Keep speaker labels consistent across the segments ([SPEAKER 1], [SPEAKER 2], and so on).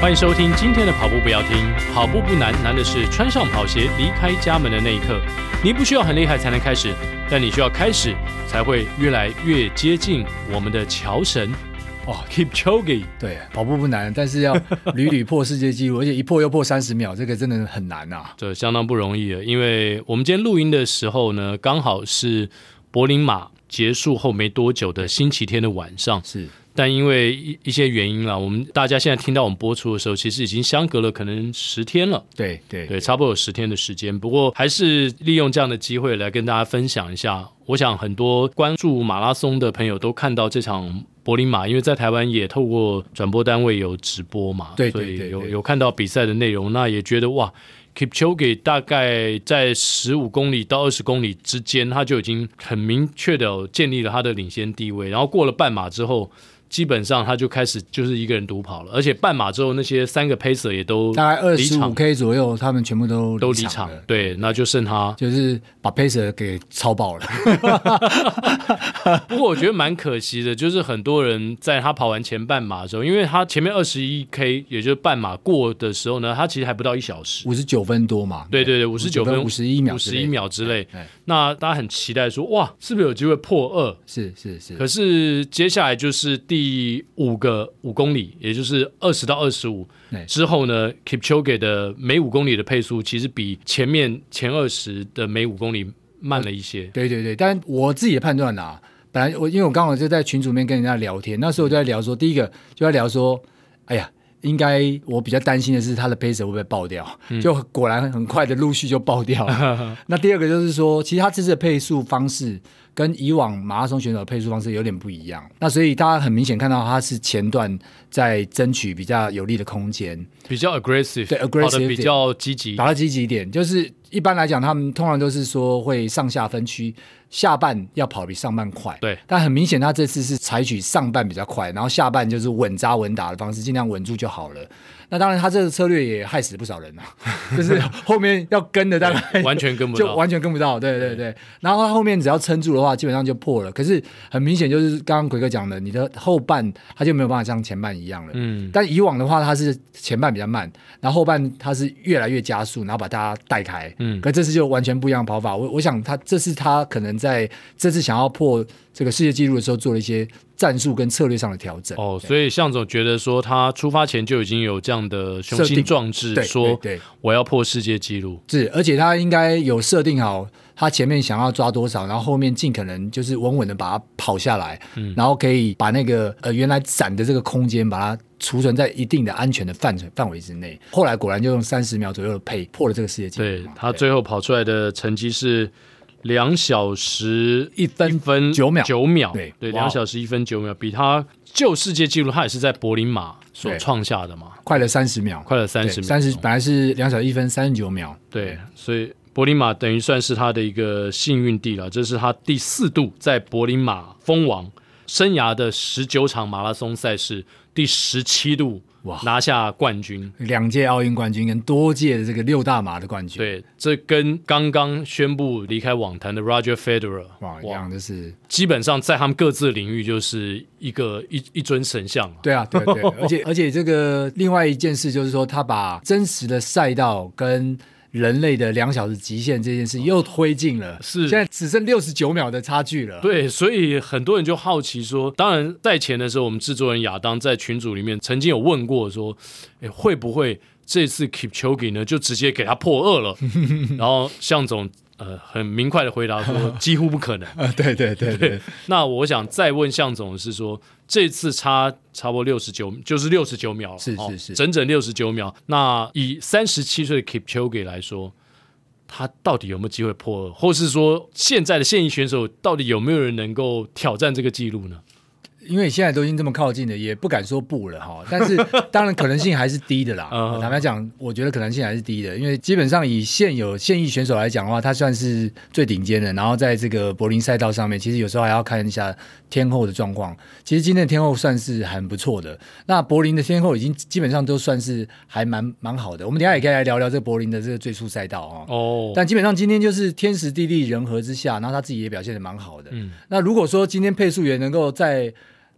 [SPEAKER 1] 欢迎收听今天的跑步不要停，跑步不难，难的是穿上跑鞋离开家门的那一刻。你不需要很厉害才能开始，但你需要开始才会越来越接近我们的乔神哦，Keep Chogi。
[SPEAKER 2] 对，跑步不难， 但是要屡屡破世界纪录，而且一破又破三十秒，这个真的很难啊。
[SPEAKER 1] 这相当不容易了，因为我们今天录音的时候呢，刚好是柏林马结束后没多久的星期天的晚上，
[SPEAKER 2] 是
[SPEAKER 1] 但因为一一些原因啦，我们大家现在听到我们播出的时候，其实已经相隔了可能十天了。
[SPEAKER 2] 对对
[SPEAKER 1] 对，差不多有十天的时间。不过还是利用这样的机会来跟大家分享一下。我想很多关注马拉松的朋友都看到这场柏林马，因为在台湾也透过转播单位有直播嘛，
[SPEAKER 2] 对
[SPEAKER 1] 所
[SPEAKER 2] 对
[SPEAKER 1] 以
[SPEAKER 2] 对
[SPEAKER 1] 有
[SPEAKER 2] 对
[SPEAKER 1] 有看到比赛的内容，那也觉得哇。Kipchoge 大概在十五公里到二十公里之间，他就已经很明确的建立了他的领先地位。然后过了半马之后，基本上他就开始就是一个人独跑了。而且半马之后，那些三个 pacer 也都
[SPEAKER 2] 大概二
[SPEAKER 1] 离
[SPEAKER 2] 十
[SPEAKER 1] 场
[SPEAKER 2] 五 K 左右，他们全部都
[SPEAKER 1] 都离
[SPEAKER 2] 离
[SPEAKER 1] 场
[SPEAKER 2] 了，，
[SPEAKER 1] 对，那就剩 他。
[SPEAKER 2] 就是把 pacer 给超爆了。
[SPEAKER 1] 不过我觉得蛮可惜的，就是很多人在他跑完前半马的时候，因为他前面二十一 K，也就是半马过的时候呢，他其实还不到一小时。
[SPEAKER 2] 五十九分多嘛？
[SPEAKER 1] 对对对，五十九分
[SPEAKER 2] 五十一秒
[SPEAKER 1] 五
[SPEAKER 2] 之
[SPEAKER 1] 十
[SPEAKER 2] 类的，
[SPEAKER 1] 一秒之类
[SPEAKER 2] 哎。
[SPEAKER 1] 那大家很期待说，哇，是不是有机会破二？
[SPEAKER 2] 是是是，
[SPEAKER 1] 可是接下来就是第五个五公里，也就是二十到二十五
[SPEAKER 2] 对
[SPEAKER 1] 之后呢，Kipchoge 的每五公里的配速其实比前面前二十的每五公里慢了一些。
[SPEAKER 2] 对对对。但我自己的判断啦、本来我因为我刚好就在群组里面跟人家聊天，那时候就在聊说，第一个就在聊说，哎呀。应该我比较担心的是他的 pacer 会不会爆掉，就果然很快的陆续就爆掉了。那第二个就是说，其实他这次的配速方式跟以往马拉松选手的配速方式有点不一样，那所以大家很明显看到他是前段在争取比较有利的空间，
[SPEAKER 1] 比较 aggressive，
[SPEAKER 2] 对
[SPEAKER 1] 跑得
[SPEAKER 2] aggressive
[SPEAKER 1] 比较积极
[SPEAKER 2] 打。到积极一点，就是一般来讲，他们通常都是说会上下分区，下半要跑比上半快。
[SPEAKER 1] 对
[SPEAKER 2] 但很明显，他这次是采取上半比较快，然后下半就是稳扎稳打的方式，尽量稳住就好了。那当然，他这个策略也害死不少人啊， 就是后面要跟的大概
[SPEAKER 1] 完全跟不
[SPEAKER 2] 就
[SPEAKER 1] 到。
[SPEAKER 2] 完全跟不到，对对对。然后他后面只要撑住的话，基本上就破了。可是很明显，就是刚刚奎哥讲的，你的后半他就没有办法像前半一样了。
[SPEAKER 1] 嗯，
[SPEAKER 2] 但以往的话，它是前半比较慢，然后后半它是越来越加速，然后把大家带开。
[SPEAKER 1] 嗯
[SPEAKER 2] 可这次就完全不一样的跑法。我我想他这是他可能在这次想要破这个世界纪录的时候做了一些战术跟策略上的调整。
[SPEAKER 1] 哦，所以向总觉得说，他出发前就已经有这样的雄
[SPEAKER 2] 设
[SPEAKER 1] 心
[SPEAKER 2] 定
[SPEAKER 1] 壮志
[SPEAKER 2] 对，，
[SPEAKER 1] 说
[SPEAKER 2] 对对
[SPEAKER 1] 我要破世界纪录。
[SPEAKER 2] 是，而且他应该有设定好他前面想要抓多少，然后后面尽可能就是稳稳的把它跑下来，
[SPEAKER 1] 嗯
[SPEAKER 2] 然后可以把那个呃原来攒的这个空间把它储存在一定的安全的范范围之内。后来果然就用三十秒左右的配破了这个世界纪
[SPEAKER 1] 对
[SPEAKER 2] 录嘛，
[SPEAKER 1] 他最后跑出来的成绩是两小时
[SPEAKER 2] 一分
[SPEAKER 1] 一分
[SPEAKER 2] 九秒
[SPEAKER 1] 九秒，
[SPEAKER 2] 对
[SPEAKER 1] 对，
[SPEAKER 2] 哇哦
[SPEAKER 1] 两小时一分九秒，比他旧世界纪录，他也是在柏林马所
[SPEAKER 2] 对
[SPEAKER 1] 创下的嘛，
[SPEAKER 2] 快了三十秒，
[SPEAKER 1] 快了三十秒，
[SPEAKER 2] 三十本来是两小时一分三十九秒，
[SPEAKER 1] 对，所以柏林马等于算是他的一个幸运地了，这是他第四度在柏林马封王，生涯的十九场马拉松赛事第十七度
[SPEAKER 2] 哇
[SPEAKER 1] 拿下冠军。
[SPEAKER 2] 两届奥运冠军跟多届的这个六大马的冠军，
[SPEAKER 1] 对，这跟刚刚宣布离开网坛的 Roger Federer
[SPEAKER 2] 哇，一样就是
[SPEAKER 1] 基本上在他们各自的领域就是一个一一尊神像啊。
[SPEAKER 2] 对啊，对啊 对啊，而且而且这个另外一件事就是说，他把真实的赛道跟人类的两小时极限这件事又推进了，
[SPEAKER 1] 是
[SPEAKER 2] 现在只剩六十九秒的差距了。
[SPEAKER 1] 对，所以很多人就好奇说，当然在前的时候，我们制作人亚当在群组里面曾经有问过说，诶会不会这次 Kipchoge 呢就直接给他破二了？ 然后向总呃很明快的回答说，几乎不可能。
[SPEAKER 2] 啊，对对对对，
[SPEAKER 1] 那我想再问向总的是说，这次差差不多六十九，就是六十九秒了，
[SPEAKER 2] 是
[SPEAKER 1] 哦
[SPEAKER 2] 是是
[SPEAKER 1] 整整六十九秒。那以三十七岁的 Kipchoge 来说，他到底有没有机会破二，或是说现在的现役选手到底有没有人能够挑战这个记录呢？
[SPEAKER 2] 因为现在都已经这么靠近了，也不敢说不了哈。但是当然可能性还是低的啦。
[SPEAKER 1] 嗯
[SPEAKER 2] 坦白讲，我觉得可能性还是低的，因为基本上以现有现役选手来讲的话，他算是最顶尖的。然后在这个柏林赛道上面，其实有时候还要看一下天后的状况。其实今天的天后算是很不错的。那柏林的天后已经基本上都算是还蛮蛮好的。我们等一下也可以来聊聊这个柏林的这个最速赛道哦。
[SPEAKER 1] 哦，
[SPEAKER 2] 但基本上今天就是天时地利人和之下，然后他自己也表现的蛮好的。那如果说今天配速员能够在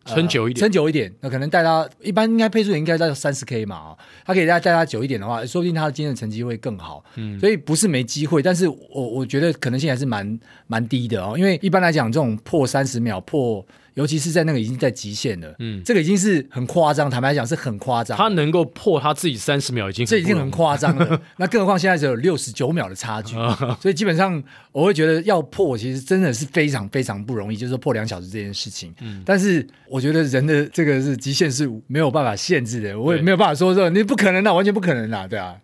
[SPEAKER 2] 呃
[SPEAKER 1] 撑久一点
[SPEAKER 2] 撑久一点，那可能带他一般应该配速也应该到三十 K 嘛啊、他可以带带他久一点的话，说不定他今天的成绩会更好。嗯，所以不是没机会，但是我我觉得可能性还是蛮蛮低的哦，因为一般来讲这种破三十秒破，尤其是在那个已经在极限了，嗯，这个已经是很夸张，坦白讲是很夸张。
[SPEAKER 1] 他能够破他自己三十秒已经
[SPEAKER 2] 啊这已
[SPEAKER 1] 不
[SPEAKER 2] 经
[SPEAKER 1] 容
[SPEAKER 2] 很
[SPEAKER 1] 易
[SPEAKER 2] 夸张了， 那更何况现在只有六十九秒的 差距，所以基本上我会觉得要破，其实真的是非常非常不容易，就是说破两小时这件事情。
[SPEAKER 1] 嗯
[SPEAKER 2] 但是我觉得人的这个是极限是没有办法限制的，我也
[SPEAKER 1] 对
[SPEAKER 2] 没有办法说说你不可能的，完全不可能的，对啊，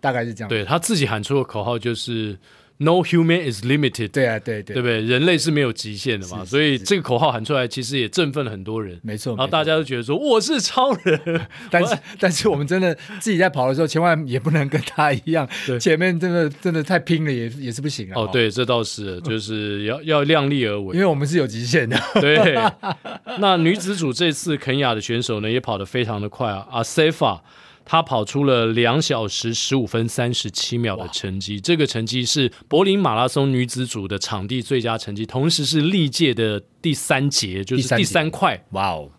[SPEAKER 2] 大概是这样。
[SPEAKER 1] 对他自己喊出的口号就是 “No human is limited”，
[SPEAKER 2] 对啊，对对
[SPEAKER 1] 对不对？人类是没有极限的嘛，
[SPEAKER 2] 是是
[SPEAKER 1] 所以这个口号喊出来，其实也振奋了很多人。
[SPEAKER 2] 没错
[SPEAKER 1] 然后大家都觉得说我是超 人，
[SPEAKER 2] 但是但是我们真的自己在跑的时候，千万也不能跟他一样
[SPEAKER 1] 对，
[SPEAKER 2] 前面真的真的太拼了也也是不行啊。
[SPEAKER 1] 哦，，对，这倒是，就是要要量力而
[SPEAKER 2] 因
[SPEAKER 1] 为。
[SPEAKER 2] 为我们是有极 限的。
[SPEAKER 1] 对，那女子组这次肯雅的选手呢，也跑得非常的快啊，阿塞法。她跑出了两小时十五分三十七秒的成绩，这个成绩是柏林马拉松女子组的场地最佳成绩，同时是历届的第三节，就
[SPEAKER 2] 第
[SPEAKER 1] 是
[SPEAKER 2] 三
[SPEAKER 1] 第
[SPEAKER 2] 节
[SPEAKER 1] 三块。
[SPEAKER 2] 哇哦！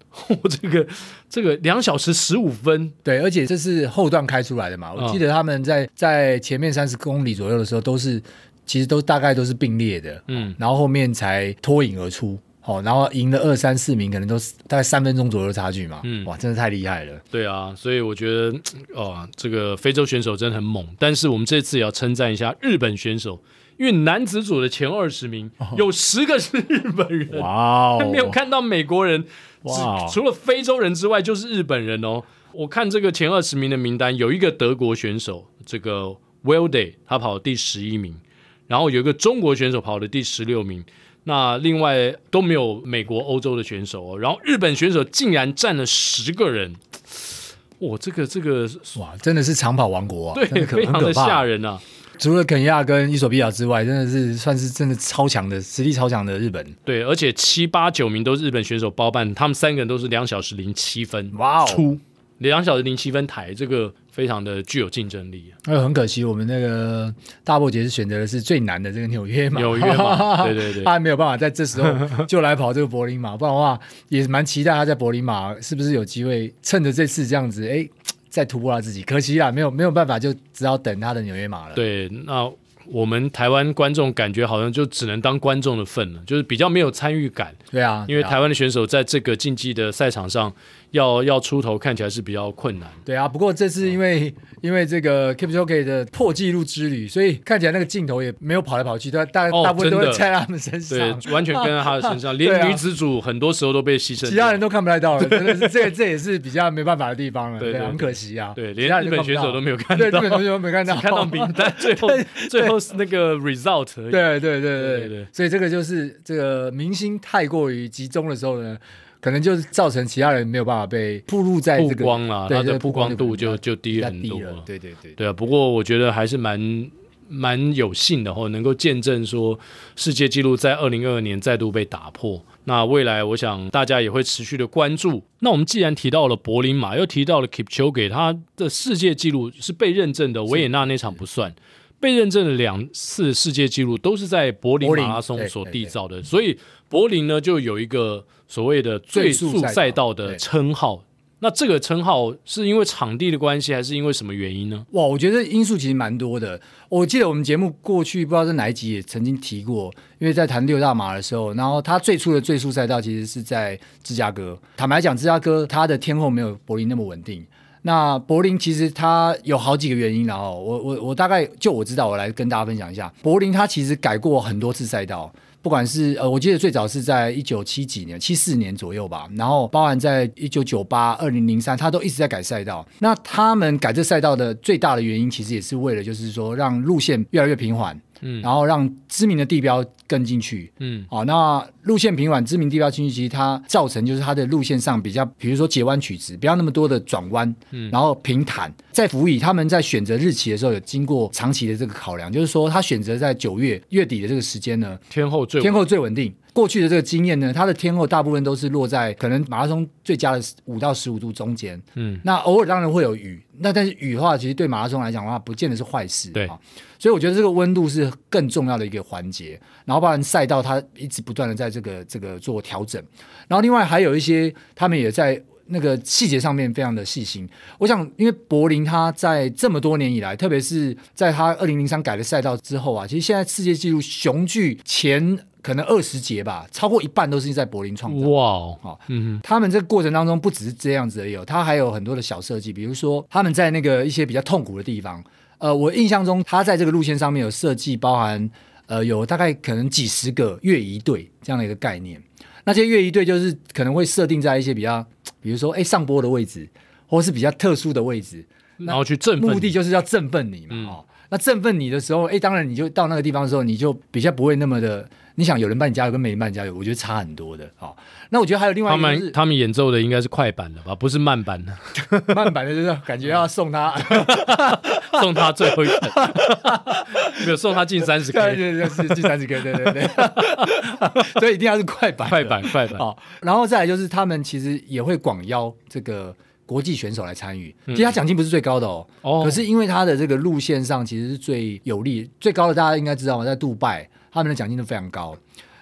[SPEAKER 1] 我这个这个两小时十五分，
[SPEAKER 2] 对，而且这是后段开出来的嘛，
[SPEAKER 1] 嗯
[SPEAKER 2] 我记得他们在在前面三十公里左右的时候，都是其实都大概都是并列的，
[SPEAKER 1] 嗯，
[SPEAKER 2] 然后后面才脱颖而出，哦，然后赢了二三四名，可能都是大概三分钟左右的差距嘛，
[SPEAKER 1] 嗯
[SPEAKER 2] 哇，真的太厉害了，
[SPEAKER 1] 对啊，所以我觉得哦，这个非洲选手真的很猛。但是我们这次也要称赞一下日本选手，因为男子组的前二十名、有十个是日本人，
[SPEAKER 2] 哇哦
[SPEAKER 1] 没有看到美国人，
[SPEAKER 2] 哇哦
[SPEAKER 1] 只除了非洲人之外就是日本人哦。我看这个前二十名的名单，有一个德国选手，这个 Welday 他跑第十一名，然后有一个中国选手跑的第十六名。那另外都没有美国、欧洲的选手哦，然后日本选手竟然占了十个人，哇，这个这个
[SPEAKER 2] 哇，真的是长跑王国啊，真
[SPEAKER 1] 对，
[SPEAKER 2] 的可
[SPEAKER 1] 非常的
[SPEAKER 2] 很可怕
[SPEAKER 1] 吓人啊！
[SPEAKER 2] 除了肯亚跟伊索比亚之外，真的是算是真的超强的实力超强的日本，
[SPEAKER 1] 对，而且七八九名都是日本选手包办，他们三个人都是两小时零七分，
[SPEAKER 2] 哇哦
[SPEAKER 1] 出两小时零七分台，这个非常的具有竞争力。
[SPEAKER 2] 那哎很可惜，我们那个大伯爵是选择的是最难的这个纽约马，
[SPEAKER 1] 纽约 马对对对
[SPEAKER 2] 他没有办法在这时候就来跑这个柏林马，不然的话也蛮期待他在柏林马是不是有机会趁着这次这样子，哎，再突破他自己。可惜啦，没有没有办法，就只好等他的纽约马了。
[SPEAKER 1] 对，那我们台湾观众感觉好像就只能当观众的份了，就是比较没有参与感，
[SPEAKER 2] 对啊，
[SPEAKER 1] 因为
[SPEAKER 2] 对啊
[SPEAKER 1] 台湾的选手在这个竞技的赛场上要要出头，看起来是比较困难。
[SPEAKER 2] 对啊，不过这次因为、因为这个 Keep Joke 的破纪录之旅，所以看起来那个镜头也没有跑来跑去，大大、
[SPEAKER 1] 哦
[SPEAKER 2] 大部分都
[SPEAKER 1] 真
[SPEAKER 2] 会
[SPEAKER 1] 的
[SPEAKER 2] 在他们身上。
[SPEAKER 1] 对，完全跟在他的身 上，连
[SPEAKER 2] 对啊
[SPEAKER 1] 女子组很多时候都被牺牲掉。
[SPEAKER 2] 其他人都看不太到了，真的是这这也是比较没办法的地方了，
[SPEAKER 1] 对
[SPEAKER 2] 对啊，
[SPEAKER 1] 对
[SPEAKER 2] 很可惜啊。
[SPEAKER 1] 对，
[SPEAKER 2] 其他
[SPEAKER 1] 连日
[SPEAKER 2] 人都
[SPEAKER 1] 本
[SPEAKER 2] 看不
[SPEAKER 1] 选
[SPEAKER 2] 到
[SPEAKER 1] 手都没有看
[SPEAKER 2] 对
[SPEAKER 1] 到，
[SPEAKER 2] 日本同学 没看到，
[SPEAKER 1] 只看到名单，最后最后是那个 result 而已。
[SPEAKER 2] 对对对对
[SPEAKER 1] 对
[SPEAKER 2] 对
[SPEAKER 1] 对
[SPEAKER 2] 所以这个就是这个明星太过于集中的时候呢，可能就是造成其他人没有办法被暴露在
[SPEAKER 1] 曝
[SPEAKER 2] 哎这个
[SPEAKER 1] 光啦，
[SPEAKER 2] 对
[SPEAKER 1] 它
[SPEAKER 2] 这
[SPEAKER 1] 的
[SPEAKER 2] 个
[SPEAKER 1] 曝光度就
[SPEAKER 2] 可能
[SPEAKER 1] 就
[SPEAKER 2] 比
[SPEAKER 1] 低
[SPEAKER 2] 较
[SPEAKER 1] 很
[SPEAKER 2] 低
[SPEAKER 1] 多
[SPEAKER 2] 了
[SPEAKER 1] 了。
[SPEAKER 2] 对对对。
[SPEAKER 1] 对啊，不过我觉得还是蛮蛮有幸的哦，能够见证说世界纪录在二零二二年再度被打破。那未来，我想大家也会持续的关注。那我们既然提到了柏林马，又提到了 Kipchoge，他的世界纪录是被认证的，维也纳那场不算。被认证的两次世界纪录都是在柏林
[SPEAKER 2] 柏林
[SPEAKER 1] 马拉松
[SPEAKER 2] 对
[SPEAKER 1] 所
[SPEAKER 2] 对
[SPEAKER 1] 缔
[SPEAKER 2] 对
[SPEAKER 1] 造的，所以柏林呢就有一个所谓的最
[SPEAKER 2] 最速
[SPEAKER 1] 速
[SPEAKER 2] 赛道
[SPEAKER 1] 赛道的
[SPEAKER 2] 对
[SPEAKER 1] 称号。那这个称号是因为场地的关系，还是因为什么原因呢？
[SPEAKER 2] 哇，我觉得因素其实蛮多的。我记得我们节目过去不知道在哪一集也曾经提过，因为在谈六大马的时候，然后他最初的最速赛道其实是在芝加哥。坦白讲，芝加哥它的天候没有柏林那么稳定。那柏林其实它有好几个原因啦，然后我我我大概就我知道，我来跟大家分享一下。柏林它其实改过很多次赛道，不管是呃，我记得最早是在一九七几年、七四年左右吧，然后包含在一九九八、二零零三，它都一直在改赛道。那他们改这赛道的最大的原因，其实也是为了就是说让路线越来越平缓，
[SPEAKER 1] 嗯
[SPEAKER 2] 然后让知名的地标跟进去，
[SPEAKER 1] 嗯，
[SPEAKER 2] 好、那路线平缓、知名地标经济，其实它造成就是它的路线上比较，比如说截弯取直，不要那么多的转弯，嗯，然后平坦。在辅以他们在选择日期的时候，有经过长期的这个考量，就是说他选择在九月月底的这个时间呢，
[SPEAKER 1] 天后最
[SPEAKER 2] 天候最稳定，过去的这个经验呢，它的天候大部分都是落在可能马拉松最佳的五到十五度中间。
[SPEAKER 1] 嗯，
[SPEAKER 2] 那偶尔当然会有雨，那但是雨的话，其实对马拉松来讲的话，不见得是坏事。
[SPEAKER 1] 对
[SPEAKER 2] 啊，所以我觉得这个温度是更重要的一个环节。然后，包含赛道它一直不断的在这个这个做调整。然后，另外还有一些他们也在。那个细节上面非常的细心，我想，因为柏林它在这么多年以来，特别是在它二零零三改了赛道之后啊，其实现在世界纪录雄踞前可能二十节吧，超过一半都是在柏林创造。
[SPEAKER 1] 哇哦，
[SPEAKER 2] 好
[SPEAKER 1] 嗯
[SPEAKER 2] 他们这个过程当中不只是这样子而已、哦，他还有很多的小设计，比如说他们在那个一些比较痛苦的地方，呃，我印象中他在这个路线上面有设计包含呃有大概可能几十个越移队这样的一个概念。那这些越移队就是可能会设定在一些比较，比如说哎上坡的位置，或是比较特殊的位置，
[SPEAKER 1] 哼，然后去振奋嗯
[SPEAKER 2] 目的就是要振奋你嘛。哦，那振奋你的时候，哎，当然你就到那个地方的时候，你就比较不会那么的。你想有人帮你加油跟没人帮你加油，我觉得差很多的。哦，那我觉得还有另外
[SPEAKER 1] 他
[SPEAKER 2] 一个、就是
[SPEAKER 1] 们，他们演奏的应该是快板的吧，不是慢板的，
[SPEAKER 2] 慢版的就是感觉要送他，
[SPEAKER 1] 送他最 后一程，没有送他进三十
[SPEAKER 2] 对
[SPEAKER 1] K，
[SPEAKER 2] 对对，是第三十个，对对 对，所以一定要是快板的，
[SPEAKER 1] 快板快板，
[SPEAKER 2] 好，哦然后再来就是他们其实也会广邀这个国际选手来参与，其实他奖金不是最高的哦，
[SPEAKER 1] 嗯哦
[SPEAKER 2] 可是因为他的这个路线上其实是最有利、最高的，大家应该知道嘛，在杜拜他们的奖金都非常高，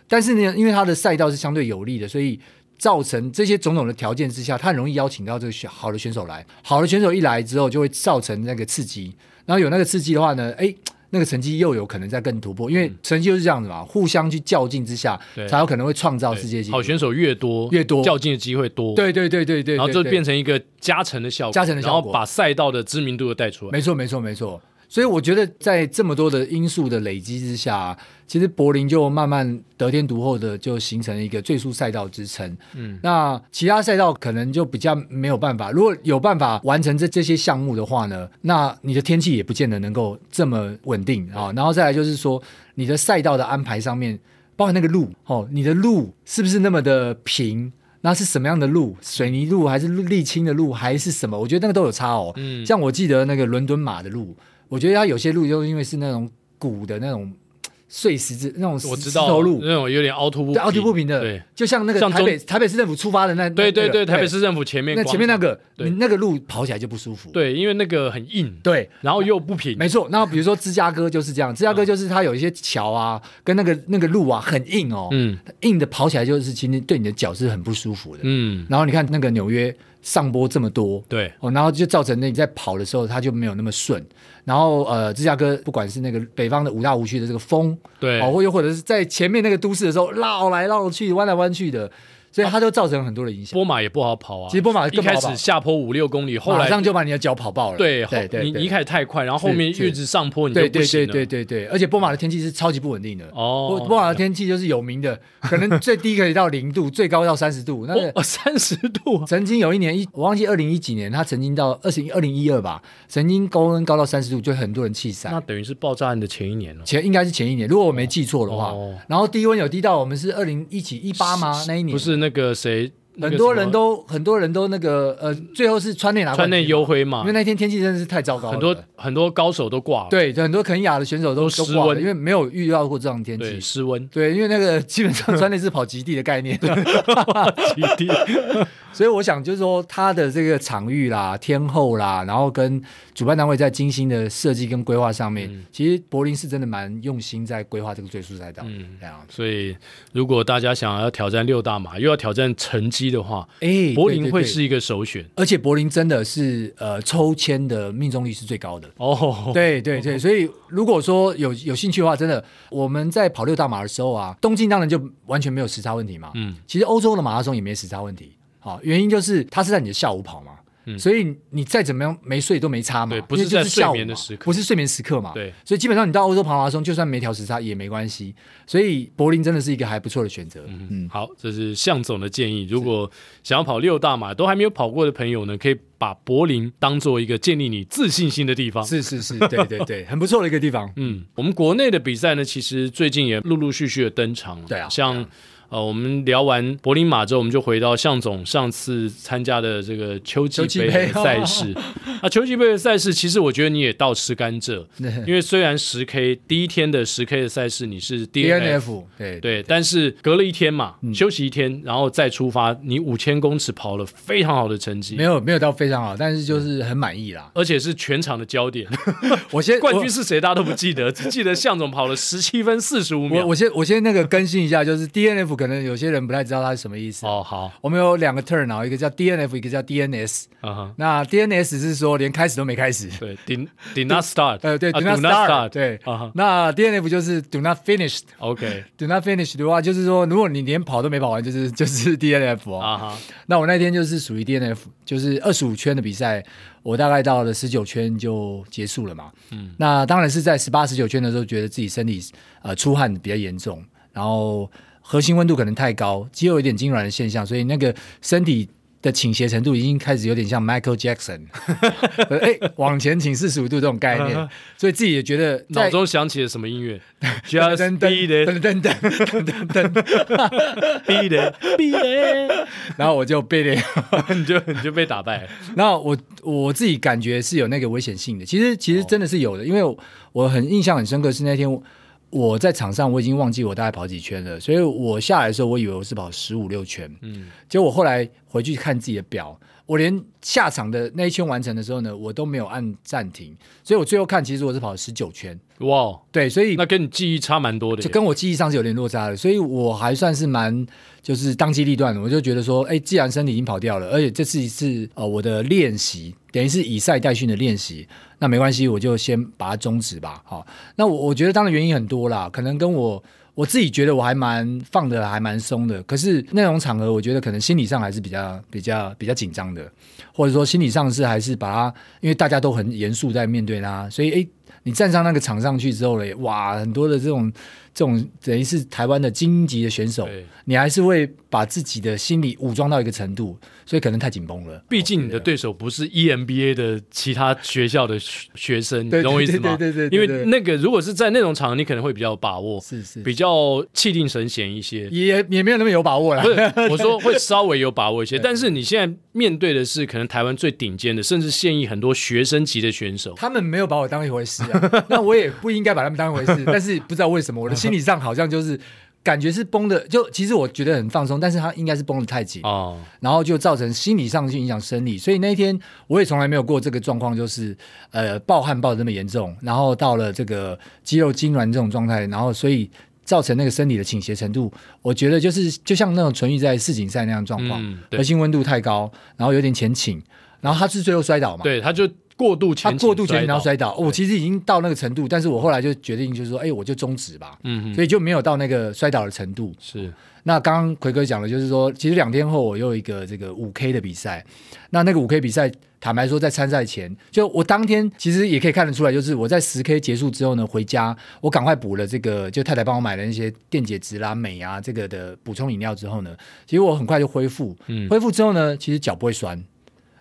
[SPEAKER 2] 但是呢，因为他的赛道是相对有利的，所以。造成这些种种的条件之下，他很容易邀请到这个选好的选手来。好的选手一来之后，就会造成那个刺激，然后有那个刺激的话呢，哎，那个成绩又有可能再更突破，因为成绩就是这样子嘛，互相去较劲之下
[SPEAKER 1] 嗯对，
[SPEAKER 2] 才有可能会创造
[SPEAKER 1] 对
[SPEAKER 2] 世界纪录
[SPEAKER 1] 好。选手越多
[SPEAKER 2] 越多
[SPEAKER 1] 较劲的机会多，，
[SPEAKER 2] 对对对对对，
[SPEAKER 1] 然后就
[SPEAKER 2] 对
[SPEAKER 1] 变成一个加成的效果，
[SPEAKER 2] 加成的效果
[SPEAKER 1] 然后把赛道的知名度又带出来，
[SPEAKER 2] 没错没错没错。所以我觉得在这么多的因素的累积之下，其实柏林就慢慢得天独厚的就形成了一个最速赛道之称。嗯，那其他赛道可能就比较没有办法。如果有办法完成这这些项目的话呢，那你的天气也不见得能够这么稳定啊、然后再来就是说，你的赛道的安排上面，包括那个路哦，你的路是不是那么的平？那是什么样的路？水泥路还是沥青的路还是什么？我觉得那个都有差哦。
[SPEAKER 1] 嗯
[SPEAKER 2] 像我记得那个伦敦马的路，我觉得它有些路就因为是那种古的那种碎石子那种石
[SPEAKER 1] 我知
[SPEAKER 2] 石
[SPEAKER 1] 道
[SPEAKER 2] 头路，
[SPEAKER 1] 那种有点凹凸不
[SPEAKER 2] 对，凹凸不平的，
[SPEAKER 1] 对，
[SPEAKER 2] 就像那个
[SPEAKER 1] 像
[SPEAKER 2] 台北台北市政府出发的那，那
[SPEAKER 1] 对对对，
[SPEAKER 2] 那个
[SPEAKER 1] 台北市政府前面
[SPEAKER 2] 那前面那
[SPEAKER 1] 个，
[SPEAKER 2] 个，
[SPEAKER 1] 对
[SPEAKER 2] 你那个路跑起来就不舒服。
[SPEAKER 1] 对，因为那个很硬，
[SPEAKER 2] 对，
[SPEAKER 1] 然后又不平，
[SPEAKER 2] 没错，那比如说芝加哥就是这样，芝加哥就是它有一些桥啊，跟那个那个路啊很硬哦，
[SPEAKER 1] 嗯
[SPEAKER 2] 硬的跑起来就是其实对你的脚是很不舒服的。
[SPEAKER 1] 嗯，
[SPEAKER 2] 然后你看那个纽约上坡这么多，
[SPEAKER 1] 对，
[SPEAKER 2] 哦，然后就造成那你在跑的时候，它就没有那么顺。然后呃，芝加哥不管是那个北方的五大无区的这个风，
[SPEAKER 1] 对
[SPEAKER 2] 哦，或又或者是在前面那个都市的时候绕来绕去、弯来弯去的，所以它就造成很多的影响。
[SPEAKER 1] 波马也不好跑啊，
[SPEAKER 2] 其实波马
[SPEAKER 1] 一
[SPEAKER 2] 更不
[SPEAKER 1] 开
[SPEAKER 2] 好跑
[SPEAKER 1] 始，下坡五六公里，后
[SPEAKER 2] 马
[SPEAKER 1] 来
[SPEAKER 2] 上就把你的脚跑爆了。
[SPEAKER 1] 对后
[SPEAKER 2] 对对，
[SPEAKER 1] 你
[SPEAKER 2] 对
[SPEAKER 1] 你一开始太快，然后后
[SPEAKER 2] 是
[SPEAKER 1] 面
[SPEAKER 2] 是
[SPEAKER 1] 一直上坡你就
[SPEAKER 2] 对
[SPEAKER 1] 不
[SPEAKER 2] 对
[SPEAKER 1] 行
[SPEAKER 2] 对
[SPEAKER 1] 了，
[SPEAKER 2] 对对对，而且波马的天气是超级不稳定的。波
[SPEAKER 1] 哦，
[SPEAKER 2] 波马的天气就是有名的，可 能最低可以到零度，最高到三十度。那个
[SPEAKER 1] 哦， 三十度啊，
[SPEAKER 2] 曾经有一年一，我忘记二零一几年，他曾经到二十二零一二吧，曾经高温高到三十度，就很多人弃赛
[SPEAKER 1] 那。等于是爆炸案的前一年哦，
[SPEAKER 2] 前应该是前一年，如果我没记错的话。
[SPEAKER 1] 哦
[SPEAKER 2] 然后低温有低到我们是二零一几一八吗？那一年
[SPEAKER 1] 不，是那个谁，那个
[SPEAKER 2] 很多
[SPEAKER 1] 什么
[SPEAKER 2] 人都很多人都那个呃，最后是川内拿
[SPEAKER 1] 川
[SPEAKER 2] 冠军
[SPEAKER 1] 内优辉嘛
[SPEAKER 2] 因为，那天天气真的是太糟糕了，
[SPEAKER 1] 很多很多高手都挂了，
[SPEAKER 2] 对很多肯亚的选手都
[SPEAKER 1] 都失
[SPEAKER 2] 都挂了
[SPEAKER 1] 温
[SPEAKER 2] 因为没有遇到过这样的天
[SPEAKER 1] 对，
[SPEAKER 2] 气。
[SPEAKER 1] 失温
[SPEAKER 2] 对，因为那个基 本上川内是跑极地的概念，
[SPEAKER 1] 极地，
[SPEAKER 2] 所以我想就是说，它的这个场域啦、天候啦，然后跟主办单位在精心的设计跟规划上面，
[SPEAKER 1] 嗯
[SPEAKER 2] 其实柏林是真的蛮用心在规划这个最速赛道。嗯，这样。
[SPEAKER 1] 所以如果大家想要挑战六大马，又要挑战成绩的话，
[SPEAKER 2] 哎，
[SPEAKER 1] 柏
[SPEAKER 2] 对
[SPEAKER 1] 林
[SPEAKER 2] 对
[SPEAKER 1] 会
[SPEAKER 2] 对
[SPEAKER 1] 是一个首选
[SPEAKER 2] 而且柏林真的是呃抽签的命中率是最高的。
[SPEAKER 1] 哦。
[SPEAKER 2] 对对对，所以如果说有有兴趣的话，真的我们在跑六大马的时候啊，东京当然就完全没有时差问题嘛。
[SPEAKER 1] 嗯，
[SPEAKER 2] 其实欧洲的马拉松也没时差问题，好、原因就是它是在你的下午跑嘛，所以你再怎么样没睡都没差
[SPEAKER 1] 嗯
[SPEAKER 2] 嘛，
[SPEAKER 1] 对
[SPEAKER 2] 因为
[SPEAKER 1] 不是
[SPEAKER 2] 就
[SPEAKER 1] 在
[SPEAKER 2] 是下
[SPEAKER 1] 睡
[SPEAKER 2] 午
[SPEAKER 1] 眠的
[SPEAKER 2] 嘛
[SPEAKER 1] 时刻
[SPEAKER 2] 不是睡眠时刻嘛。
[SPEAKER 1] 对，
[SPEAKER 2] 所以基本上你到欧洲跑马拉松，就算没调时差也没关系。所以柏林真的是一个还不错的选择。嗯，
[SPEAKER 1] 好，这是向总的建议。如果想要跑六大马都还没有跑过的朋友呢，可以把柏林当做一个建立你自信心的地方。
[SPEAKER 2] 是是是，对对对，很不错的 一个地方。
[SPEAKER 1] 嗯，我们国内的比赛呢，其实最近也陆陆续续的登场了。
[SPEAKER 2] 对啊
[SPEAKER 1] 像呃，我们聊完柏林马之后，我们就回到向总上次参加的这个秋季
[SPEAKER 2] 秋季
[SPEAKER 1] 杯的
[SPEAKER 2] 杯哦
[SPEAKER 1] 赛事。啊，秋季杯的赛事，其实我觉得你也倒吃甘 蔗，因为虽然十 K 第一天的十 K 的赛事你是 DNF。
[SPEAKER 2] DNF 对嗯
[SPEAKER 1] 对，但是隔了一天嘛，休息一天，然后再出发，你五千公尺跑了非常好的成绩
[SPEAKER 2] 没，有没有到非常好，但是就是很满意啦。
[SPEAKER 1] 而且是全场的焦点。
[SPEAKER 2] 我先
[SPEAKER 1] 冠
[SPEAKER 2] 我
[SPEAKER 1] 军是谁大家都不记得，只记得向总跑了十七分四十五
[SPEAKER 2] 我
[SPEAKER 1] 秒。
[SPEAKER 2] 我先我先那个更新一下，就是 DNF 可能有些人不太知道它是什么意思。
[SPEAKER 1] 哦，好，
[SPEAKER 2] 我们有两个 turn 啊，一个叫 DNF，一个叫 DNS。
[SPEAKER 1] 嗯哼，
[SPEAKER 2] 那 DNS 是说连开始都没开始，
[SPEAKER 1] 对，did did not start，
[SPEAKER 2] 呃，对
[SPEAKER 1] 啊
[SPEAKER 2] ，do not start，对
[SPEAKER 1] 啊哈。
[SPEAKER 2] 那 DNF 就是 do not finish。
[SPEAKER 1] OK，
[SPEAKER 2] do not finish 的话，就是说如果你连跑都没跑完，就是 就是 DNF 哦。
[SPEAKER 1] 啊哈，
[SPEAKER 2] 那我那天就是属于 DNF，就是二十五圈的比赛，我大概到了十九圈就结束了嘛。嗯，那当然是在十八、十九圈的时候，觉得自己身体呃出汗比较严重，然后核心温度可能太高，肌肉有点痉挛的现象，所以那个身体。的倾斜程度已经开始有点像 Michael Jackson，呃 哎、往前倾四十五度这种概念，所以自己也觉得
[SPEAKER 1] 嗯
[SPEAKER 2] 在
[SPEAKER 1] 脑中想起了什么音乐？Just
[SPEAKER 2] 噔
[SPEAKER 1] be
[SPEAKER 2] 噔
[SPEAKER 1] there,
[SPEAKER 2] 噔噔噔噔噔噔，
[SPEAKER 1] be there, be there，
[SPEAKER 2] 然后我就被脸
[SPEAKER 1] 你就你就被打败了。
[SPEAKER 2] 那我我自己感觉是有那个危险性的，其实其实真的是有的，因为我我很印象很深刻是那天我我在场上我已经忘记我大概跑几圈了，所以我下来的时候我以为我是跑十五六圈，嗯，结果我后来回去看自己的表，我连下场的那一圈完成的时候呢，我都没有按暂停，所以我最后看其实我是跑十九圈，
[SPEAKER 1] 哇，
[SPEAKER 2] 对，所以
[SPEAKER 1] 那跟你记忆差蛮多的
[SPEAKER 2] 就
[SPEAKER 1] 耶。
[SPEAKER 2] 跟我记忆上是有点落差的，所以我还算是蛮就是当机立断的。我就觉得说，哎，既然身体已经跑掉了，而且这是一次呃我的练习，等于是以赛代训的练习，那没关系，我就先把它终止吧。好，那我我觉得当然原因很多啦，可能跟我我自己觉得我还蛮放的还蛮松的，可是那种场合，我觉得可能心理上还是比较比较比较紧张的，或者说心理上是还是把它，因为大家都很严肃在面对它，所以诶，你站上那个场上去之后嘞，哇，很多的这种这种等于是台湾的精英级的选手
[SPEAKER 1] 对，
[SPEAKER 2] 你还是会把自己的心理武装到一个程度，所以可能太紧绷了。
[SPEAKER 1] 毕竟你的对手不是 E EMBA 的其他学校的学学生，你
[SPEAKER 2] 对
[SPEAKER 1] 懂我意思吗？
[SPEAKER 2] 对对对对
[SPEAKER 1] 因
[SPEAKER 2] 对
[SPEAKER 1] 为
[SPEAKER 2] 对
[SPEAKER 1] 那个如果是在那种场，你可能会比较有把握，
[SPEAKER 2] 是是，
[SPEAKER 1] 比较气定神闲一 些。
[SPEAKER 2] 也也没有那么有把握啦
[SPEAKER 1] 不。是，我说会稍微有把握一 些，但是你现在面对的是可能台湾最顶尖的，甚至现役很多学生级的选手。
[SPEAKER 2] 他们没有把我当一回事 啊，那我也不应该把他们当一回事。但是不知道为什么，我的心理上好像就是感觉是绷的，就其实我觉得很放松，但是他应该是绷得太紧，
[SPEAKER 1] 哦，
[SPEAKER 2] 然后就造成心理上去影响生理。所以那一天我也从来没有过这个状况，就是呃暴汗暴得这么严重，然后到了这个肌肉痉挛这种状态，然后所以。造成那个身体的倾斜程度，我觉得就是就像那种纯欲在世锦赛那样的状况，
[SPEAKER 1] 嗯对
[SPEAKER 2] 核心温度太高，然后有点前倾，然后他是最后摔倒嘛，
[SPEAKER 1] 对，他就过度前
[SPEAKER 2] 他
[SPEAKER 1] 倾
[SPEAKER 2] 过度前倾
[SPEAKER 1] 倒
[SPEAKER 2] 然后摔倒，我其实已经到那个程度，但是我后来就决定就是说，哎，我就终止吧，
[SPEAKER 1] 嗯
[SPEAKER 2] 所以就没有到那个摔倒的程度。
[SPEAKER 1] 是
[SPEAKER 2] 那刚刚奎哥讲的就是说，其实两天后我又有一个这个五 K 的比赛，那那个五 K 比赛，坦白说在参赛前，就我当天其实也可以看得出来，就是我在十 K 结束之后呢，回家我赶快补了这个，就太太帮我买的那些电解质啦、镁啊这个的补充饮料之后呢，其实我很快就恢复，恢复之后呢，其实脚不会酸。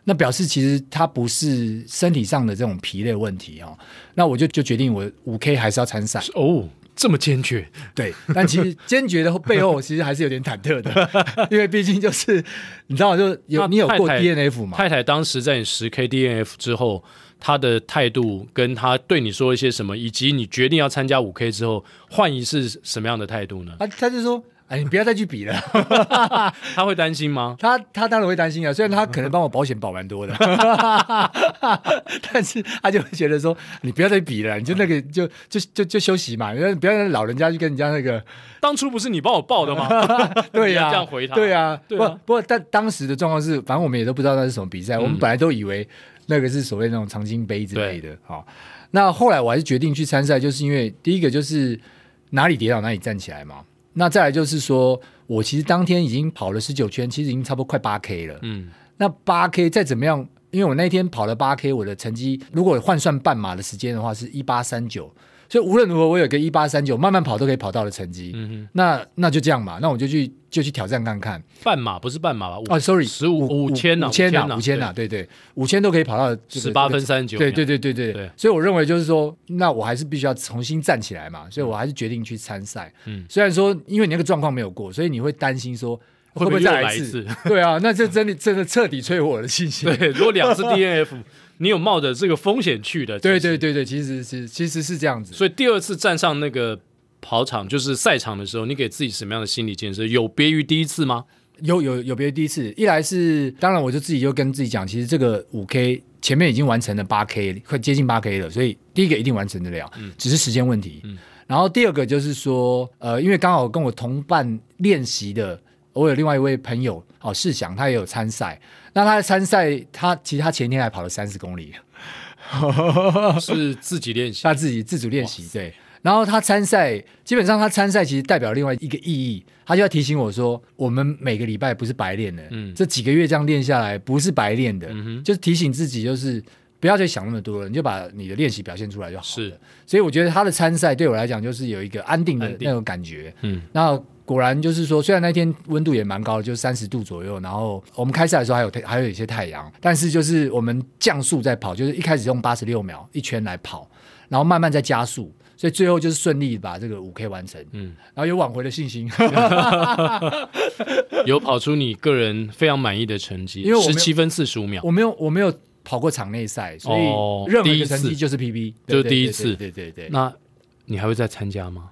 [SPEAKER 2] 那表示其实它不是身体上的这种疲累问题哦，那我就就决定我五 K 还是要参赛，
[SPEAKER 1] 哦，这么坚决，
[SPEAKER 2] 对，但其 实坚决的背后，其实还是有点忐忑的，因为毕竟就是你知道，就有
[SPEAKER 1] 那
[SPEAKER 2] 你有过
[SPEAKER 1] 太太
[SPEAKER 2] DNF 嘛？
[SPEAKER 1] 太太当时在你十 K DNF 之后，她的态度跟她对你说一些什么，以及你决定要参加五 K 之后，换一是什么样的态度呢？
[SPEAKER 2] 啊，他就说：“哎，你不要再去比了。
[SPEAKER 1] 她会担心吗？
[SPEAKER 2] 他”他当然会担心啊，虽然他可能帮我保险保蛮多的， 但是他就会觉得说：“你不要再比了，你就那个就就就就休息嘛，你不要让老人家去跟人家那个。”
[SPEAKER 1] 当初不是你帮我报的 吗？
[SPEAKER 2] 对
[SPEAKER 1] 你要
[SPEAKER 2] 呀、
[SPEAKER 1] 这样回他
[SPEAKER 2] 对呀、
[SPEAKER 1] 对啊嗯
[SPEAKER 2] 不不过但当时的状况是，反正我们也都不知道那是什么比赛，我们本来都以为那个是所谓那种长青杯之类的。好、那后来我还是决定去参赛，就是因为第一个就是哪里跌倒哪里站起来嘛。那再来就是说我其实当天已经跑了十九圈，其实已经差不多快八 K 了。
[SPEAKER 1] 嗯，
[SPEAKER 2] 那八 K 再怎么样，因为我那天跑了八 K，我的成绩如果换算半马的时间的话是一八三九，所以无论如何，我有个一八三九慢慢跑都可以跑到的成绩。
[SPEAKER 1] 嗯
[SPEAKER 2] 那那就这样嘛，那我就去就去挑战看看。
[SPEAKER 1] 哼，半马不是半马吧？
[SPEAKER 2] 哦，sorry，
[SPEAKER 1] 十五五千呐，
[SPEAKER 2] 五千呐，五
[SPEAKER 1] 五
[SPEAKER 2] 千
[SPEAKER 1] 呐
[SPEAKER 2] 呐，，对对，五千都可以跑到这个
[SPEAKER 1] 十八
[SPEAKER 2] 这
[SPEAKER 1] 分
[SPEAKER 2] 个
[SPEAKER 1] 三十九，
[SPEAKER 2] 对对对对对
[SPEAKER 1] 对
[SPEAKER 2] 所以我认为就是说，那我还是必须要重新站起来嘛，所以我还是决定去参赛。
[SPEAKER 1] 嗯
[SPEAKER 2] 虽然说因为你那个状况没有过，所以你会担心说
[SPEAKER 1] 会
[SPEAKER 2] 会不会
[SPEAKER 1] 又
[SPEAKER 2] 再
[SPEAKER 1] 来
[SPEAKER 2] 一次？
[SPEAKER 1] 次？
[SPEAKER 2] 对啊，那这真的真的彻底摧毁我的信心。
[SPEAKER 1] 对，如果两次 DNF，你 有冒着这个风险去的，
[SPEAKER 2] 对
[SPEAKER 1] 其实
[SPEAKER 2] 对对对，其实是其实是这样子。
[SPEAKER 1] 所以第二次站上那个跑场，就是赛场的时候，你给自己什么样的心理建设？有别于第一次 吗？
[SPEAKER 2] 有有有别于第一次，一来是当然我就自己就跟自己讲，其实这个五 K 前面已经完成了八 K，快接近八 K 了，所以第一个一定完成得了，只是时间问题。然后第二个就是说，呃，因为刚好跟我同伴练习的，我有另外一位朋友哦，世祥，他也有参赛。那他的参赛，他其实他前天还跑了三十公里，
[SPEAKER 1] 是自己练习，
[SPEAKER 2] 他自己自主练习，对。然后他参赛，基本上他参赛其实代表另外一个意义，他就要提醒我说，我们每个礼拜不是白练的，
[SPEAKER 1] 嗯
[SPEAKER 2] 这几个月这样练下来不是白练的，
[SPEAKER 1] 嗯哼
[SPEAKER 2] 就是提醒自己，就是不要去想那么多了，你就把你的练习表现出来就好了。
[SPEAKER 1] 是，
[SPEAKER 2] 所以我觉得他的参赛对我来讲就是有一个安定的
[SPEAKER 1] 安定
[SPEAKER 2] 那种感觉，
[SPEAKER 1] 嗯，
[SPEAKER 2] 那果然就是说，虽然那天温度也蛮高的，就三十度左右，然后我们开赛的时候还有太还有一些太阳，但是就是我们降速在跑，就是一开始用八十六秒一圈来跑，然后慢慢再加速。所以最后就是顺利把这个五 K 完成，
[SPEAKER 1] 嗯
[SPEAKER 2] 嗯，然后有挽回的信心，
[SPEAKER 1] 有跑出你个人非常满意的成绩，
[SPEAKER 2] 因为我没
[SPEAKER 1] 十
[SPEAKER 2] 有
[SPEAKER 1] 七分四十五秒，
[SPEAKER 2] 我没有我没有跑过场内赛，所
[SPEAKER 1] 哦
[SPEAKER 2] 以任何
[SPEAKER 1] 第一
[SPEAKER 2] 一个
[SPEAKER 1] 次
[SPEAKER 2] 成绩就是 PB，
[SPEAKER 1] 就是
[SPEAKER 2] 对对
[SPEAKER 1] 第一
[SPEAKER 2] 对
[SPEAKER 1] 次
[SPEAKER 2] 对对对对，
[SPEAKER 1] 那你还会再参加 吗？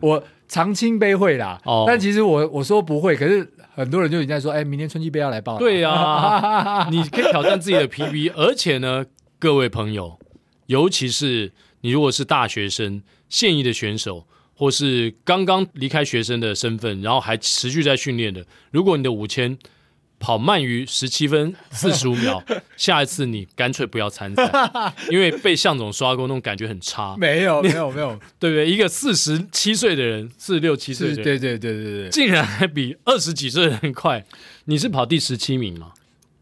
[SPEAKER 2] 我长青杯会啦
[SPEAKER 1] 哦，
[SPEAKER 2] 但其实我我说不会，可是很多人就已经在说，哎，明年春季杯要来报了，
[SPEAKER 1] 对呀、 你可以挑战自己的 PB，而且呢，各位朋友，尤其是你如果是大学生、现役的选手，或是刚刚离开学生的身份，然后还持续在训练的，如果你的五千跑慢于十七分四十五 秒，下一次你干脆不要参赛，因为被向总刷过那种感觉很差，
[SPEAKER 2] 没有没有没有，
[SPEAKER 1] 对不对？一个四十七岁的人，四十六七岁
[SPEAKER 2] 是，
[SPEAKER 1] 的人，
[SPEAKER 2] 对对对对对。
[SPEAKER 1] 竟然还比二十几岁的人快。你是跑第十七名吗？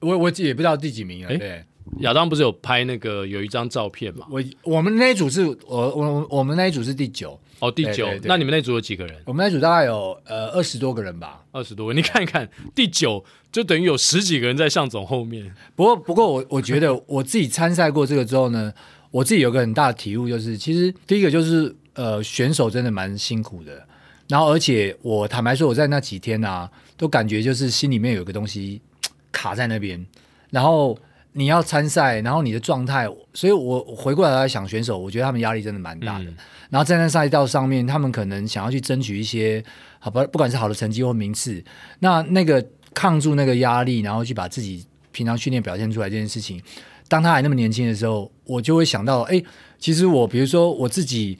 [SPEAKER 2] 我我也不知道第几名了。
[SPEAKER 1] 诶
[SPEAKER 2] 对，
[SPEAKER 1] 亚当不是有拍那个有一张照片嘛？
[SPEAKER 2] 我我们那一组是我我我们那一组是第九，
[SPEAKER 1] 哦，第
[SPEAKER 2] 对
[SPEAKER 1] 九
[SPEAKER 2] 对。对
[SPEAKER 1] 那你们那组有几个人？
[SPEAKER 2] 我们那一组大概有呃二十多个人吧。
[SPEAKER 1] 二十多位。你看一看，第九就等于有十几个人在向总后面。
[SPEAKER 2] 不过不过我我觉得我自己参赛过这个之后呢，我自己有个很大的体悟，就是其实第一个就是呃选手真的蛮辛苦的，然后而且我坦白说我在那几天啊，都感觉就是心里面有个东西卡在那边，然后。你要参赛，然后你的状态，所以我我回过来来想选手，我觉得他们压力真的蛮大的。
[SPEAKER 1] 嗯
[SPEAKER 2] 然后站在赛道上面，他们可能想要去争取一些好不不管是好的成绩或名次，那那个抗住那个压力，然后去把自己平常训练表现出来这件事情，当他还那么年轻的时候，我就会想到，哎，其实我比如说我自己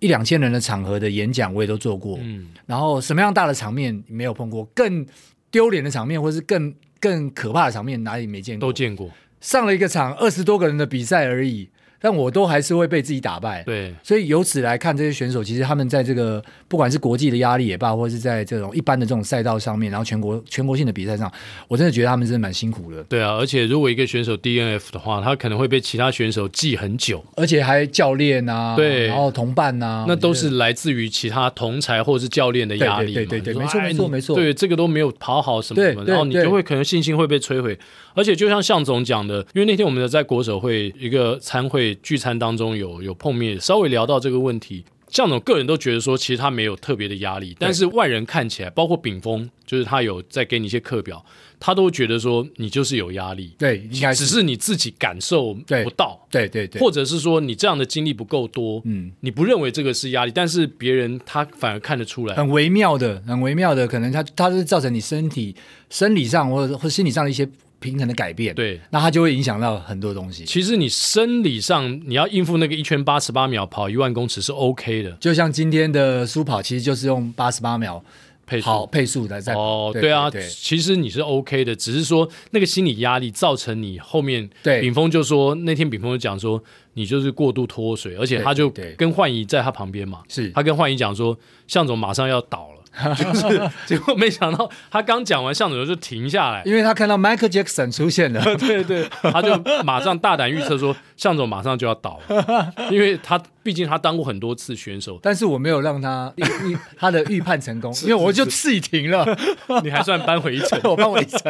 [SPEAKER 2] 一两千人的场合的演讲，我也都做过，
[SPEAKER 1] 嗯，
[SPEAKER 2] 然后什么样大的场面没有碰过，更丢脸的场面，或是更更可怕的场面，哪里没见过？
[SPEAKER 1] 都见过。
[SPEAKER 2] 上了一个场二十多个人的比赛而已，但我都还是会被自己打败。
[SPEAKER 1] 对，
[SPEAKER 2] 所以由此来看，这些选手其实他们在这个不管是国际的压力也罢，或是在这种一般的这种赛道上面，然后全国全国性的比赛上，我真的觉得他们真的蛮辛苦的，
[SPEAKER 1] 对啊。而且如果一个选手 DNF 的话，他可能会被其他选手记很久，
[SPEAKER 2] 而且还教练啊，
[SPEAKER 1] 对
[SPEAKER 2] 然后同伴啊，
[SPEAKER 1] 那都
[SPEAKER 2] 我觉
[SPEAKER 1] 是来自于其他同才或是教练的压力嘛。
[SPEAKER 2] 对对对对对
[SPEAKER 1] 就说
[SPEAKER 2] 没错
[SPEAKER 1] 哎
[SPEAKER 2] 没错
[SPEAKER 1] 你
[SPEAKER 2] 没错
[SPEAKER 1] 对，这个都没有跑好什么
[SPEAKER 2] 对
[SPEAKER 1] 什么，
[SPEAKER 2] 对
[SPEAKER 1] 然后你
[SPEAKER 2] 对
[SPEAKER 1] 就会可能信心会被摧毁。而且就像向总讲的，因为那天我们在国手会一个参会聚餐当中有有碰面，稍微聊到这个问题。向总个人都觉得说，其实他没有特别的压力，但是外人看起来，包括炳峰，就是他有在给你一些课表，他都觉得说你就是有压力，
[SPEAKER 2] 对，应该
[SPEAKER 1] 只
[SPEAKER 2] 是
[SPEAKER 1] 是你自己感受
[SPEAKER 2] 对
[SPEAKER 1] 不到，
[SPEAKER 2] 对对对，
[SPEAKER 1] 或者是说你这样的经历不够多，
[SPEAKER 2] 嗯，
[SPEAKER 1] 你不认为这个是压力，但是别人他反而看得出来。
[SPEAKER 2] 很微妙的，很微妙的，可能它它是造成你身体生理上或者或心理上的一些平衡的改变，，
[SPEAKER 1] 对，
[SPEAKER 2] 那它就会影响到很多东西。
[SPEAKER 1] 其实你生理上你要应付那个一圈八十八秒跑一万公尺是 OK 的
[SPEAKER 2] 就像今天的速跑，其实就是用八十八秒
[SPEAKER 1] 配速。
[SPEAKER 2] 跑配速来在
[SPEAKER 1] 哦，
[SPEAKER 2] 对
[SPEAKER 1] 对啊，
[SPEAKER 2] 对
[SPEAKER 1] 其实你是 OK 的，只是说那个心理压力造成你后面。
[SPEAKER 2] 对
[SPEAKER 1] 炳峰就说那天炳峰就讲说，你就是过度脱水，而且他就
[SPEAKER 2] 对对
[SPEAKER 1] 跟幻仪在他旁边嘛，
[SPEAKER 2] 是
[SPEAKER 1] 他跟幻仪讲说，向总马上要倒 了，就是结果没想到他刚讲完，向总就停下来，
[SPEAKER 2] 因为他看到 Michael Jackson 出现 了，
[SPEAKER 1] 对对，他就马上大胆预测说，向总马上就要倒 了，因为他毕竟他当过很多次选手，
[SPEAKER 2] 但是我没有让他预预他的预判成功，因为我就自己停了，
[SPEAKER 1] 你还算扳回一城，
[SPEAKER 2] 我帮我一层。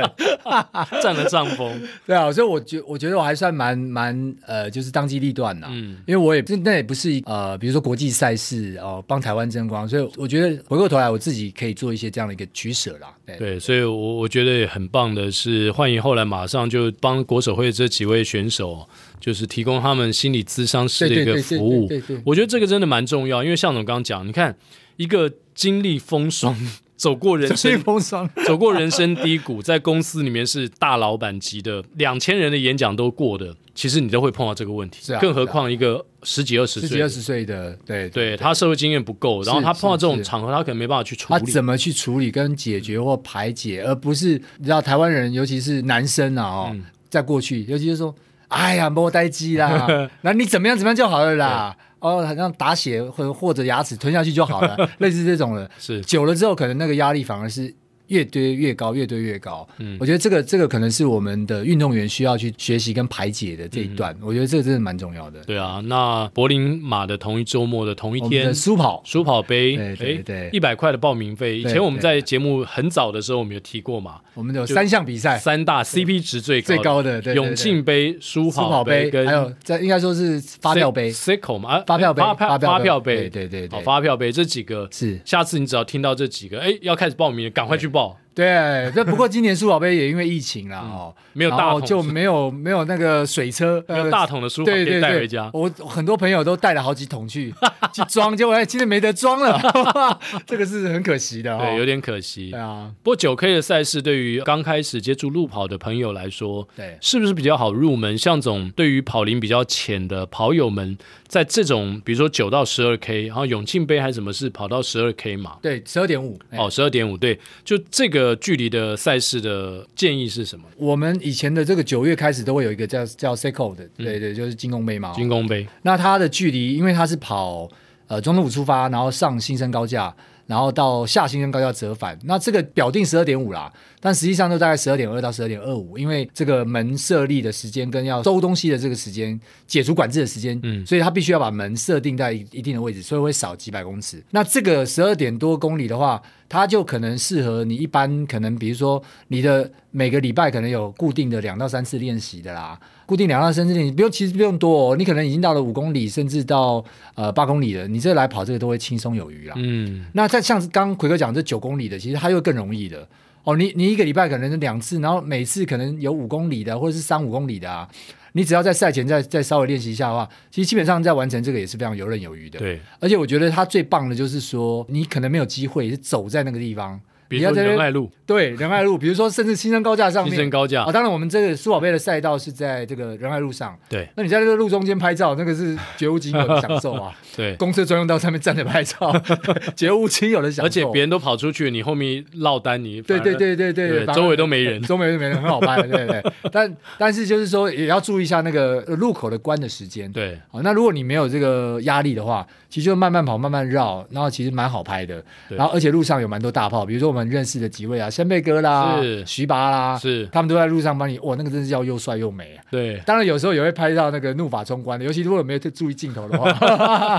[SPEAKER 1] 占了上风。
[SPEAKER 2] 对啊，所以我觉我觉得我还算蛮蛮呃，就是当机立断呐、
[SPEAKER 1] 嗯
[SPEAKER 2] 因为我也这那也不是一呃，比如说国际赛事哦、帮台湾争光，所以我觉得回过头来我自己可以做一些这样的一个取舍啦。对，
[SPEAKER 1] 对，所以我我觉得也很棒的是，幻影后来马上就帮国手会这几位选手，就是提供他们心理咨商师的一
[SPEAKER 2] 对对
[SPEAKER 1] 个
[SPEAKER 2] 对
[SPEAKER 1] 服务
[SPEAKER 2] 对对对对。
[SPEAKER 1] 我觉得这个真的蛮重要，因为向总刚刚讲，你看一个经历风霜、 走过人
[SPEAKER 2] 所以
[SPEAKER 1] 生、
[SPEAKER 2] 风霜
[SPEAKER 1] 走过人生低谷，在公司里面是大老板级的，两千人的演讲都过的，其实你都会碰到这个问题，
[SPEAKER 2] 是啊
[SPEAKER 1] 更何况一个十几二十
[SPEAKER 2] 十
[SPEAKER 1] 岁
[SPEAKER 2] 几
[SPEAKER 1] 的
[SPEAKER 2] 二。十岁的，对
[SPEAKER 1] 对他社会经验不够，然后
[SPEAKER 2] 是
[SPEAKER 1] 他碰到这种
[SPEAKER 2] 是是
[SPEAKER 1] 场合，他可能没办法去处
[SPEAKER 2] 他
[SPEAKER 1] 理。
[SPEAKER 2] 怎么去处理、跟解决或排解，而不是你知道台湾人，尤其是男生啊哦，在过去，尤其是说，哎呀，莫呆鸡 啦，那你怎么样怎么样就好了啦。哦，好像打血或者或者牙齿吞下去就好 了，类似这种的。
[SPEAKER 1] 是
[SPEAKER 2] 久了之后，可能那个压力反而是越堆越高，越堆越高。嗯，我觉得这个这个可能是我们的运动员需要去学习跟排解的这一段，我觉得这个真的蛮重要的。
[SPEAKER 1] 嗯对啊，那柏林马的同一周末的同一
[SPEAKER 2] 我们
[SPEAKER 1] 天
[SPEAKER 2] 的，苏跑
[SPEAKER 1] 书跑杯，
[SPEAKER 2] 对对对
[SPEAKER 1] 一百块的报名费。以前我们
[SPEAKER 2] 对
[SPEAKER 1] 在节目很早的时候，我们有提过嘛，
[SPEAKER 2] 我们有三项比赛，
[SPEAKER 1] 三大 CP 值最高
[SPEAKER 2] 哎最高的对对对
[SPEAKER 1] 永庆杯、书
[SPEAKER 2] 苏跑
[SPEAKER 1] 跑杯跟
[SPEAKER 2] 还有在应该说是发票杯，
[SPEAKER 1] C- Sickle 嘛，啊
[SPEAKER 2] 发票杯
[SPEAKER 1] 发票
[SPEAKER 2] 发票杯
[SPEAKER 1] 发票杯，
[SPEAKER 2] 对对对对
[SPEAKER 1] 好发票杯这几个
[SPEAKER 2] 是
[SPEAKER 1] 下次你只要听到这几个，哎，要开始报名了，赶快去报。
[SPEAKER 2] 对，这不过今年苏宝杯也因为疫情啦，哦，
[SPEAKER 1] 嗯没有大
[SPEAKER 2] 然后
[SPEAKER 1] 桶
[SPEAKER 2] 就没有没有那个水车，
[SPEAKER 1] 没有
[SPEAKER 2] 呃
[SPEAKER 1] 大桶的书法可
[SPEAKER 2] 对
[SPEAKER 1] 以
[SPEAKER 2] 对
[SPEAKER 1] 带
[SPEAKER 2] 对，
[SPEAKER 1] 回家。
[SPEAKER 2] 我很多朋友都带了好几桶去 去装，结果哎今天没得装了， 这个是很可惜的哦。
[SPEAKER 1] 对，有点可惜。
[SPEAKER 2] 对啊，
[SPEAKER 1] 不过九 K 的赛事对于刚开始接触路跑的朋友来说，
[SPEAKER 2] 对
[SPEAKER 1] 是不是比较好入门？向总对于跑龄比较浅的跑友们，在这种比如说九到十二 K，然后永庆杯还是什么是跑到十二 K 嘛？
[SPEAKER 2] 对，十二点五。哎
[SPEAKER 1] 哦，十二点五对，就这个距离的赛事的建议是什么？
[SPEAKER 2] 我们以前的这个九月开始都会有一个叫叫 Seco 的，
[SPEAKER 1] 嗯
[SPEAKER 2] 对对，就是金工杯嘛。哦
[SPEAKER 1] 军工杯，
[SPEAKER 2] 那它的距离，因为它是跑呃中东五出发，然后上新生高架，然后到下新生高架折返。那这个表定十二点五啦，但实际上都大概十二点二到十二点二五，因为这个门设立的时间跟要收东西的这个时间、解除管制的时间，嗯，所以它必须要把门设定在一一定的位置，所以会少几百公尺。那这个十二点多公里的话。它就可能适合你一般可能，比如说你的每个礼拜可能有固定的两到三次练习的啦，固定两到三次练习，不用其实不用多哦，你可能已经到了五公里，甚至到呃八公里了，你这来跑这个都会轻松有余啦。
[SPEAKER 1] 嗯，
[SPEAKER 2] 那在像刚奎哥讲这九公里的，其实它又更容易的哦。你你一个礼拜可能两次，然后每次可能有五公里的，或者是三五公里的啊。你只要在赛前再再稍微练习一下的话，其实基本上在完成这个也是非常游刃有余的。
[SPEAKER 1] 对，
[SPEAKER 2] 而且我觉得它最棒的就是说，你可能没有机会是走在那个地方，
[SPEAKER 1] 比
[SPEAKER 2] 你
[SPEAKER 1] 如
[SPEAKER 2] 要
[SPEAKER 1] 说
[SPEAKER 2] 在那
[SPEAKER 1] 仁
[SPEAKER 2] 边
[SPEAKER 1] 爱路、
[SPEAKER 2] 对仁爱路，比如说甚至新生高架上
[SPEAKER 1] 新
[SPEAKER 2] 面，
[SPEAKER 1] 生高架
[SPEAKER 2] 啊、，当然我们这个苏宝贝的赛道是在这个仁爱路上，
[SPEAKER 1] 对
[SPEAKER 2] 那你在这个路中间拍照，那个是绝无仅有的享受 啊！
[SPEAKER 1] 对，
[SPEAKER 2] 公车专用道上面站着拍照， 绝无仅有的享受，
[SPEAKER 1] 而且别人都跑出去，你后面落单，你
[SPEAKER 2] 对
[SPEAKER 1] 反而
[SPEAKER 2] 对对对
[SPEAKER 1] 对
[SPEAKER 2] 对，反而
[SPEAKER 1] 周围都没人
[SPEAKER 2] 周围都没人，很好拍，对对。对但但是就是说，也要注意一下那个呃路口的关的时间。
[SPEAKER 1] 对
[SPEAKER 2] 好，那如果你没有这个压力的话，其实就慢慢跑，慢慢绕，然后其实蛮好拍的。
[SPEAKER 1] 对
[SPEAKER 2] 然后而且路上有蛮多大炮，比如说我们认识的几位啊，山贝哥啦
[SPEAKER 1] 是、
[SPEAKER 2] 徐拔啦，
[SPEAKER 1] 是
[SPEAKER 2] 他们都在路上帮你，哇，那个真是要又帅 又美啊！
[SPEAKER 1] 对，
[SPEAKER 2] 当然有时候也会拍到那个怒发冲冠的，尤其如果没有注意镜头 的话。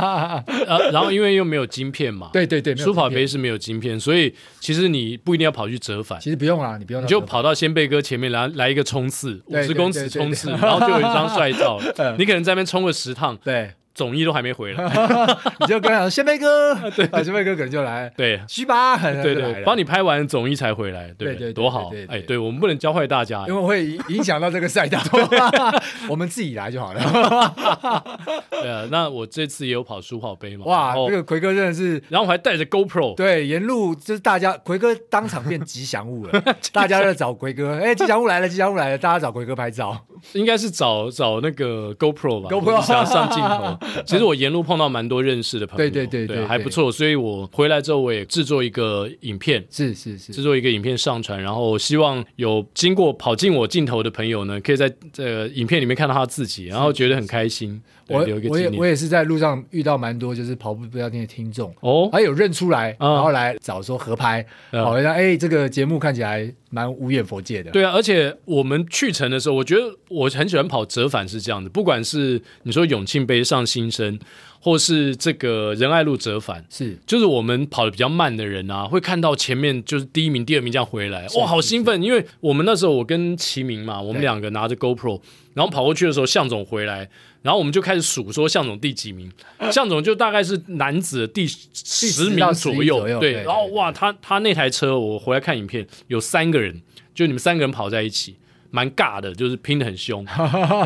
[SPEAKER 1] 呃，然后因为又没有晶片嘛，
[SPEAKER 2] 对对对，没有
[SPEAKER 1] 书跑
[SPEAKER 2] 图片
[SPEAKER 1] 杯是没有晶片，所以其实你不一定要跑去折返，
[SPEAKER 2] 其实不用啦，你不用
[SPEAKER 1] 你
[SPEAKER 2] 到
[SPEAKER 1] 就
[SPEAKER 2] 折返
[SPEAKER 1] 跑到先贝哥前面来来一个冲刺，五
[SPEAKER 2] 啊对
[SPEAKER 1] 十
[SPEAKER 2] 对
[SPEAKER 1] 公尺
[SPEAKER 2] 对对
[SPEAKER 1] 冲刺，
[SPEAKER 2] 对
[SPEAKER 1] 然后就有一张帅照了
[SPEAKER 2] 嗯
[SPEAKER 1] 你可能在那边冲个十趟，
[SPEAKER 2] 对，
[SPEAKER 1] 总一都还没回 来。
[SPEAKER 2] 你就跟他讲先贝 哥，对，先贝哥可能就来，
[SPEAKER 1] 对
[SPEAKER 2] 徐拔，
[SPEAKER 1] 对
[SPEAKER 2] 对
[SPEAKER 1] 对，帮你拍完总一才回来，对不
[SPEAKER 2] 对对对
[SPEAKER 1] 多好
[SPEAKER 2] 对对！对
[SPEAKER 1] 哎，对我们不能教坏大家
[SPEAKER 2] 因。为会影影响到这个赛 道， 我们自己来就好了。
[SPEAKER 1] 对啊，那我这次也有跑书跑杯嘛，
[SPEAKER 2] 哇，
[SPEAKER 1] 然后
[SPEAKER 2] 这个奎哥真的是。
[SPEAKER 1] 然后我还带着 GoPro，
[SPEAKER 2] 对，沿路就是大家，奎哥当场变吉祥物 了，大家都在找奎哥，哎、吉祥物来了，吉祥物来了，大家找奎哥拍照，
[SPEAKER 1] 应该是找找那个 GoPro 吧
[SPEAKER 2] GoPro
[SPEAKER 1] 我想要上镜头。 其实我沿路碰到蛮多认识的朋友，
[SPEAKER 2] 对对对对对
[SPEAKER 1] 还不错。所以我回来之后，我也制作一个影片，
[SPEAKER 2] 是是是，
[SPEAKER 1] 制作一个影片上传，然后希望有经过跑进我镜头的朋友呢，可以在这个影片里面看到他自己，然后觉得很开心，对
[SPEAKER 2] 我
[SPEAKER 1] 留一个
[SPEAKER 2] 我
[SPEAKER 1] 纪
[SPEAKER 2] 也我
[SPEAKER 1] 念。
[SPEAKER 2] 也是在路上遇到蛮多就是跑步不要停的听众，
[SPEAKER 1] 哦，
[SPEAKER 2] 还有认出来，
[SPEAKER 1] 嗯
[SPEAKER 2] 然后来找说合拍，
[SPEAKER 1] 嗯
[SPEAKER 2] 好像哎这个节目看起来蛮无眼佛界的，
[SPEAKER 1] 对啊，而且我们去程的时候，我觉得我很喜欢跑折返是这样的，不管是你说永庆杯上新生，或是这个仁爱路折返。
[SPEAKER 2] 是
[SPEAKER 1] 就是我们跑得比较慢的人啊，会看到前面就是第一名、第二名这样回来，哇，好兴奋！因为我们那时候我跟齐明嘛，我们
[SPEAKER 2] 对
[SPEAKER 1] 两个拿着 GoPro，然后跑过去的时候，向总回来，然后我们就开始数说向总第几 名，向总就大概是男子的第十
[SPEAKER 2] 到
[SPEAKER 1] 名
[SPEAKER 2] 11
[SPEAKER 1] 左右，
[SPEAKER 2] 左右
[SPEAKER 1] 对，
[SPEAKER 2] 对
[SPEAKER 1] 然后
[SPEAKER 2] 对对
[SPEAKER 1] 哇，他他那台车，我回来看影片，有三个人，就你们三个人跑在一起。蛮尬的，就是拼得很 凶，然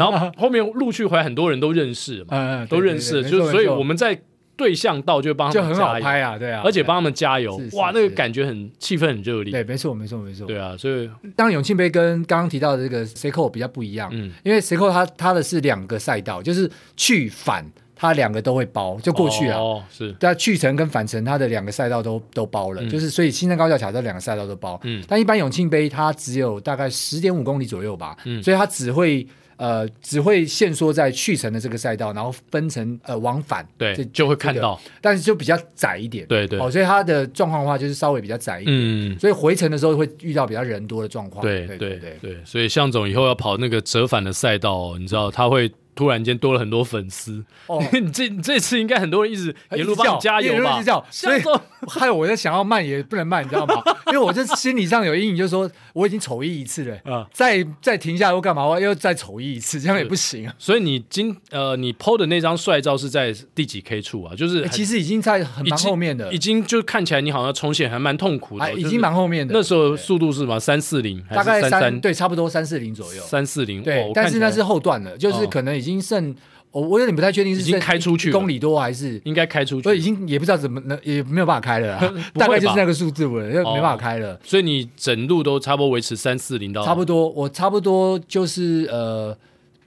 [SPEAKER 1] 后后面陆续回来很多人都认识嘛，
[SPEAKER 2] 嗯嗯
[SPEAKER 1] 都认识，
[SPEAKER 2] 对对对
[SPEAKER 1] 就
[SPEAKER 2] 没
[SPEAKER 1] 是
[SPEAKER 2] 错
[SPEAKER 1] 所以
[SPEAKER 2] 没错
[SPEAKER 1] 我们在对象到就帮他
[SPEAKER 2] 就
[SPEAKER 1] 们
[SPEAKER 2] 很好
[SPEAKER 1] 加油
[SPEAKER 2] 拍啊，对啊，
[SPEAKER 1] 而且
[SPEAKER 2] 对啊
[SPEAKER 1] 帮他们加油
[SPEAKER 2] 是，是
[SPEAKER 1] 哇，那个
[SPEAKER 2] 是
[SPEAKER 1] 感觉很气氛很热烈，
[SPEAKER 2] 对，没错没错没错，
[SPEAKER 1] 对啊，所以
[SPEAKER 2] 当然永庆杯跟刚刚提到的这个 Seiko 比较不一样，
[SPEAKER 1] 嗯
[SPEAKER 2] 因为 Seiko 它它的是两个赛道，就是去返它两个都会包，就过去啊。
[SPEAKER 1] 哦是
[SPEAKER 2] 但去程跟返程，它的两个赛道都都包了，就是所以新山高架桥这两个赛道都包。
[SPEAKER 1] 嗯
[SPEAKER 2] 但一般永庆杯它只有大概十点五公里左右吧，
[SPEAKER 1] 嗯
[SPEAKER 2] 所以它只会呃只会限缩在去程的这个赛道，然后分成呃往返，
[SPEAKER 1] 对
[SPEAKER 2] 这，
[SPEAKER 1] 就会看到，
[SPEAKER 2] 但是就比较窄一点。
[SPEAKER 1] 对对
[SPEAKER 2] 哦，所以它的状况的话就是稍微比较窄一点，
[SPEAKER 1] 嗯，
[SPEAKER 2] 所以回程的时候会遇到比较人多的状况。
[SPEAKER 1] 对
[SPEAKER 2] 对
[SPEAKER 1] 对
[SPEAKER 2] 对。嗯
[SPEAKER 1] 对，所以向总以后要跑那个折返的赛道哦，你知道他会突然间多了很多粉丝，
[SPEAKER 2] 哦
[SPEAKER 1] 你这你这次应该很多人一直一
[SPEAKER 2] 一直
[SPEAKER 1] 路帮
[SPEAKER 2] 叫
[SPEAKER 1] 你加
[SPEAKER 2] 一
[SPEAKER 1] 油
[SPEAKER 2] 直
[SPEAKER 1] 吧
[SPEAKER 2] 一直叫，所
[SPEAKER 1] 向
[SPEAKER 2] 以
[SPEAKER 1] 总，
[SPEAKER 2] 害我在想要慢也不能慢，你知 道吗？因为我这心理上有阴影，就是说我已经丑一一次了，
[SPEAKER 1] 啊
[SPEAKER 2] 再再停下来又干嘛？我又再丑一一次，这样也不行啊。
[SPEAKER 1] 所以你今呃你 PO 的那张帅照是在第几 K 处啊？就是
[SPEAKER 2] 欸
[SPEAKER 1] 很
[SPEAKER 2] 其实已经在很
[SPEAKER 1] 已
[SPEAKER 2] 蛮
[SPEAKER 1] 经
[SPEAKER 2] 后面的
[SPEAKER 1] 已，经就看起来你好像冲线还蛮痛苦
[SPEAKER 2] 哎，
[SPEAKER 1] 的，
[SPEAKER 2] 已
[SPEAKER 1] 就是
[SPEAKER 2] 经蛮后面的
[SPEAKER 1] 那，时候速度是什么三四零还
[SPEAKER 2] 大
[SPEAKER 1] 是
[SPEAKER 2] 概
[SPEAKER 1] 三
[SPEAKER 2] 三对，差不多三四零左右。
[SPEAKER 1] 三四零，哇
[SPEAKER 2] 对
[SPEAKER 1] 我，看
[SPEAKER 2] 但是
[SPEAKER 1] 起
[SPEAKER 2] 那
[SPEAKER 1] 来
[SPEAKER 2] 是后段了，就是
[SPEAKER 1] 哦
[SPEAKER 2] 可能已经剩，我我有点不太确定是
[SPEAKER 1] 已经
[SPEAKER 2] 剩
[SPEAKER 1] 开出
[SPEAKER 2] 一
[SPEAKER 1] 去了
[SPEAKER 2] 公里多还是。
[SPEAKER 1] 应该开出
[SPEAKER 2] 我已
[SPEAKER 1] 去。，
[SPEAKER 2] 经也不知道怎么能，也没有办法开了啊
[SPEAKER 1] 不
[SPEAKER 2] 大
[SPEAKER 1] 会
[SPEAKER 2] 概就
[SPEAKER 1] 吧
[SPEAKER 2] 是那个数字了，就
[SPEAKER 1] 哦
[SPEAKER 2] 没办法开了。
[SPEAKER 1] 所以你整路都差不多维持三四零到
[SPEAKER 2] 差不多，我差不多就是呃，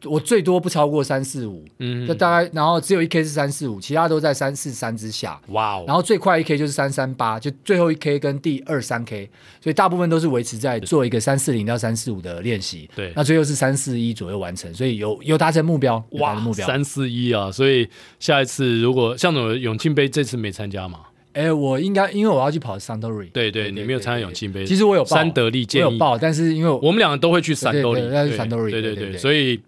[SPEAKER 2] 我最多不超过三四五，
[SPEAKER 1] 嗯
[SPEAKER 2] 就大概，然后只有一 K 是三四五，其他都在三四三之下。
[SPEAKER 1] 哇哦，
[SPEAKER 2] 然后最快一 K 就是三三八，就最后一 K 跟第二三 K，所以大部分都是维持在做一个三四零到三四五的练习。
[SPEAKER 1] 对
[SPEAKER 2] 那最后是三四一左右完成，所以有有达成目标，有达
[SPEAKER 1] 哇
[SPEAKER 2] 成目标。
[SPEAKER 1] 三四一啊！所以下一次如果向总永庆杯这次没参加嘛？
[SPEAKER 2] 哎，我应该因为我要去跑 Suntory，
[SPEAKER 1] 对对，你没有参加
[SPEAKER 2] 对
[SPEAKER 1] 永庆杯，
[SPEAKER 2] 其实我有报
[SPEAKER 1] 三得利
[SPEAKER 2] 我
[SPEAKER 1] 建
[SPEAKER 2] 有
[SPEAKER 1] 议，
[SPEAKER 2] 报，但是因为我
[SPEAKER 1] 我们两个都会去闪兜里，
[SPEAKER 2] 对对对要去闪兜里
[SPEAKER 1] 对
[SPEAKER 2] 对对
[SPEAKER 1] 对，
[SPEAKER 2] 对
[SPEAKER 1] 所以。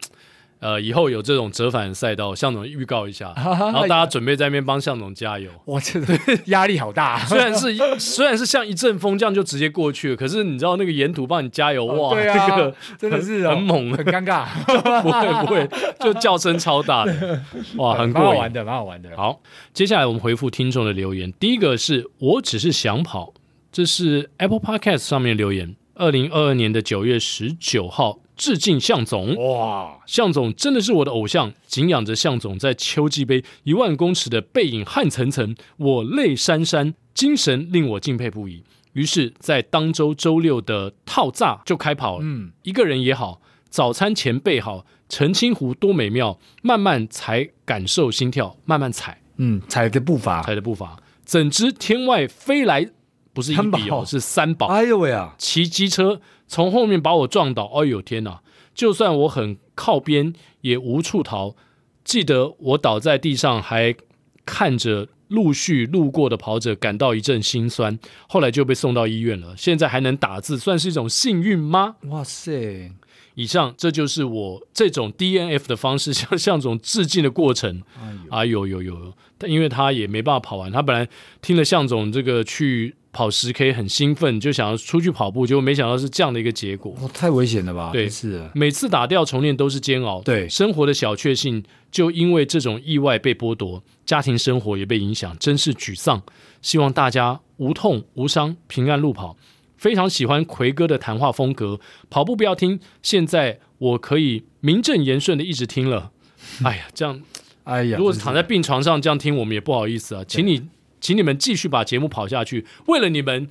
[SPEAKER 1] 呃，以后有这种折返赛道，向总预告一 下，然后大家准备在那边帮向总加油。
[SPEAKER 2] 我真 的压力好大啊，
[SPEAKER 1] 虽然是虽然是像一阵风这样就直接过去了，可是你知道那个沿途帮你加油，哇，
[SPEAKER 2] 对啊
[SPEAKER 1] 这个
[SPEAKER 2] 真的是
[SPEAKER 1] 很
[SPEAKER 2] 哦
[SPEAKER 1] 很猛，
[SPEAKER 2] 很尴尬，
[SPEAKER 1] 不会不 会，就叫声超大的，哇，很
[SPEAKER 2] 蛮好
[SPEAKER 1] 过
[SPEAKER 2] 玩
[SPEAKER 1] 瘾。
[SPEAKER 2] 的，蛮好玩的。
[SPEAKER 1] 好，接下来我们回复听众的留言。第一个是我只是想跑，这是 Apple Podcast 上面留言，二零二二年的九月十九号，致敬向总。
[SPEAKER 2] 哇，
[SPEAKER 1] 向总真的是我的偶像，敬仰着向总在秋季杯一万公尺的背影汗涔涔，我泪潸潸，精神令我敬佩不已。于是，在当周周六的套炸就开跑了，
[SPEAKER 2] 嗯，
[SPEAKER 1] 一个人也好，早餐前备好，澄清湖多美妙，慢慢才感受心跳，慢慢踩
[SPEAKER 2] 嗯，踩的步伐，
[SPEAKER 1] 踩的步伐。怎知天外飞来，不是一
[SPEAKER 2] 三
[SPEAKER 1] 笔哦，
[SPEAKER 2] 宝
[SPEAKER 1] 是三宝。
[SPEAKER 2] 哎呦喂啊！
[SPEAKER 1] 骑机车从后面把我撞倒，哎呦天哪！就算我很靠边，也无处逃。记得我倒在地上，还看着陆续路过的跑者，感到一阵心酸。后来就被送到医院了。现在还能打字，算是一种幸运吗？
[SPEAKER 2] 哇塞，
[SPEAKER 1] 以上，这就是我这种 DNF 的方式 向向总致敬的过程。
[SPEAKER 2] 哎呦，
[SPEAKER 1] 啊，有有有有，但因为他也没办法跑完，他本来听了向总这个去跑十 K 很兴奋，就想要出去跑步，结果没想到是这样的一个结果。
[SPEAKER 2] 哇，太危险了吧？
[SPEAKER 1] 对
[SPEAKER 2] 是，
[SPEAKER 1] 每次打掉重练都是煎熬，
[SPEAKER 2] 对
[SPEAKER 1] 生活的小确幸就因为这种意外被剥夺，家庭生活也被影响，真是沮丧。希望大家无痛无伤，平安路跑。非常喜欢奎哥的谈话风格，跑步不要听，现在我可以名正言顺的一直听 了。哎呀，这样
[SPEAKER 2] 哎呀
[SPEAKER 1] 如果是躺在病床上这样听，我们也不好意思啊，请你，请你们继续把节目跑下去。为了你们，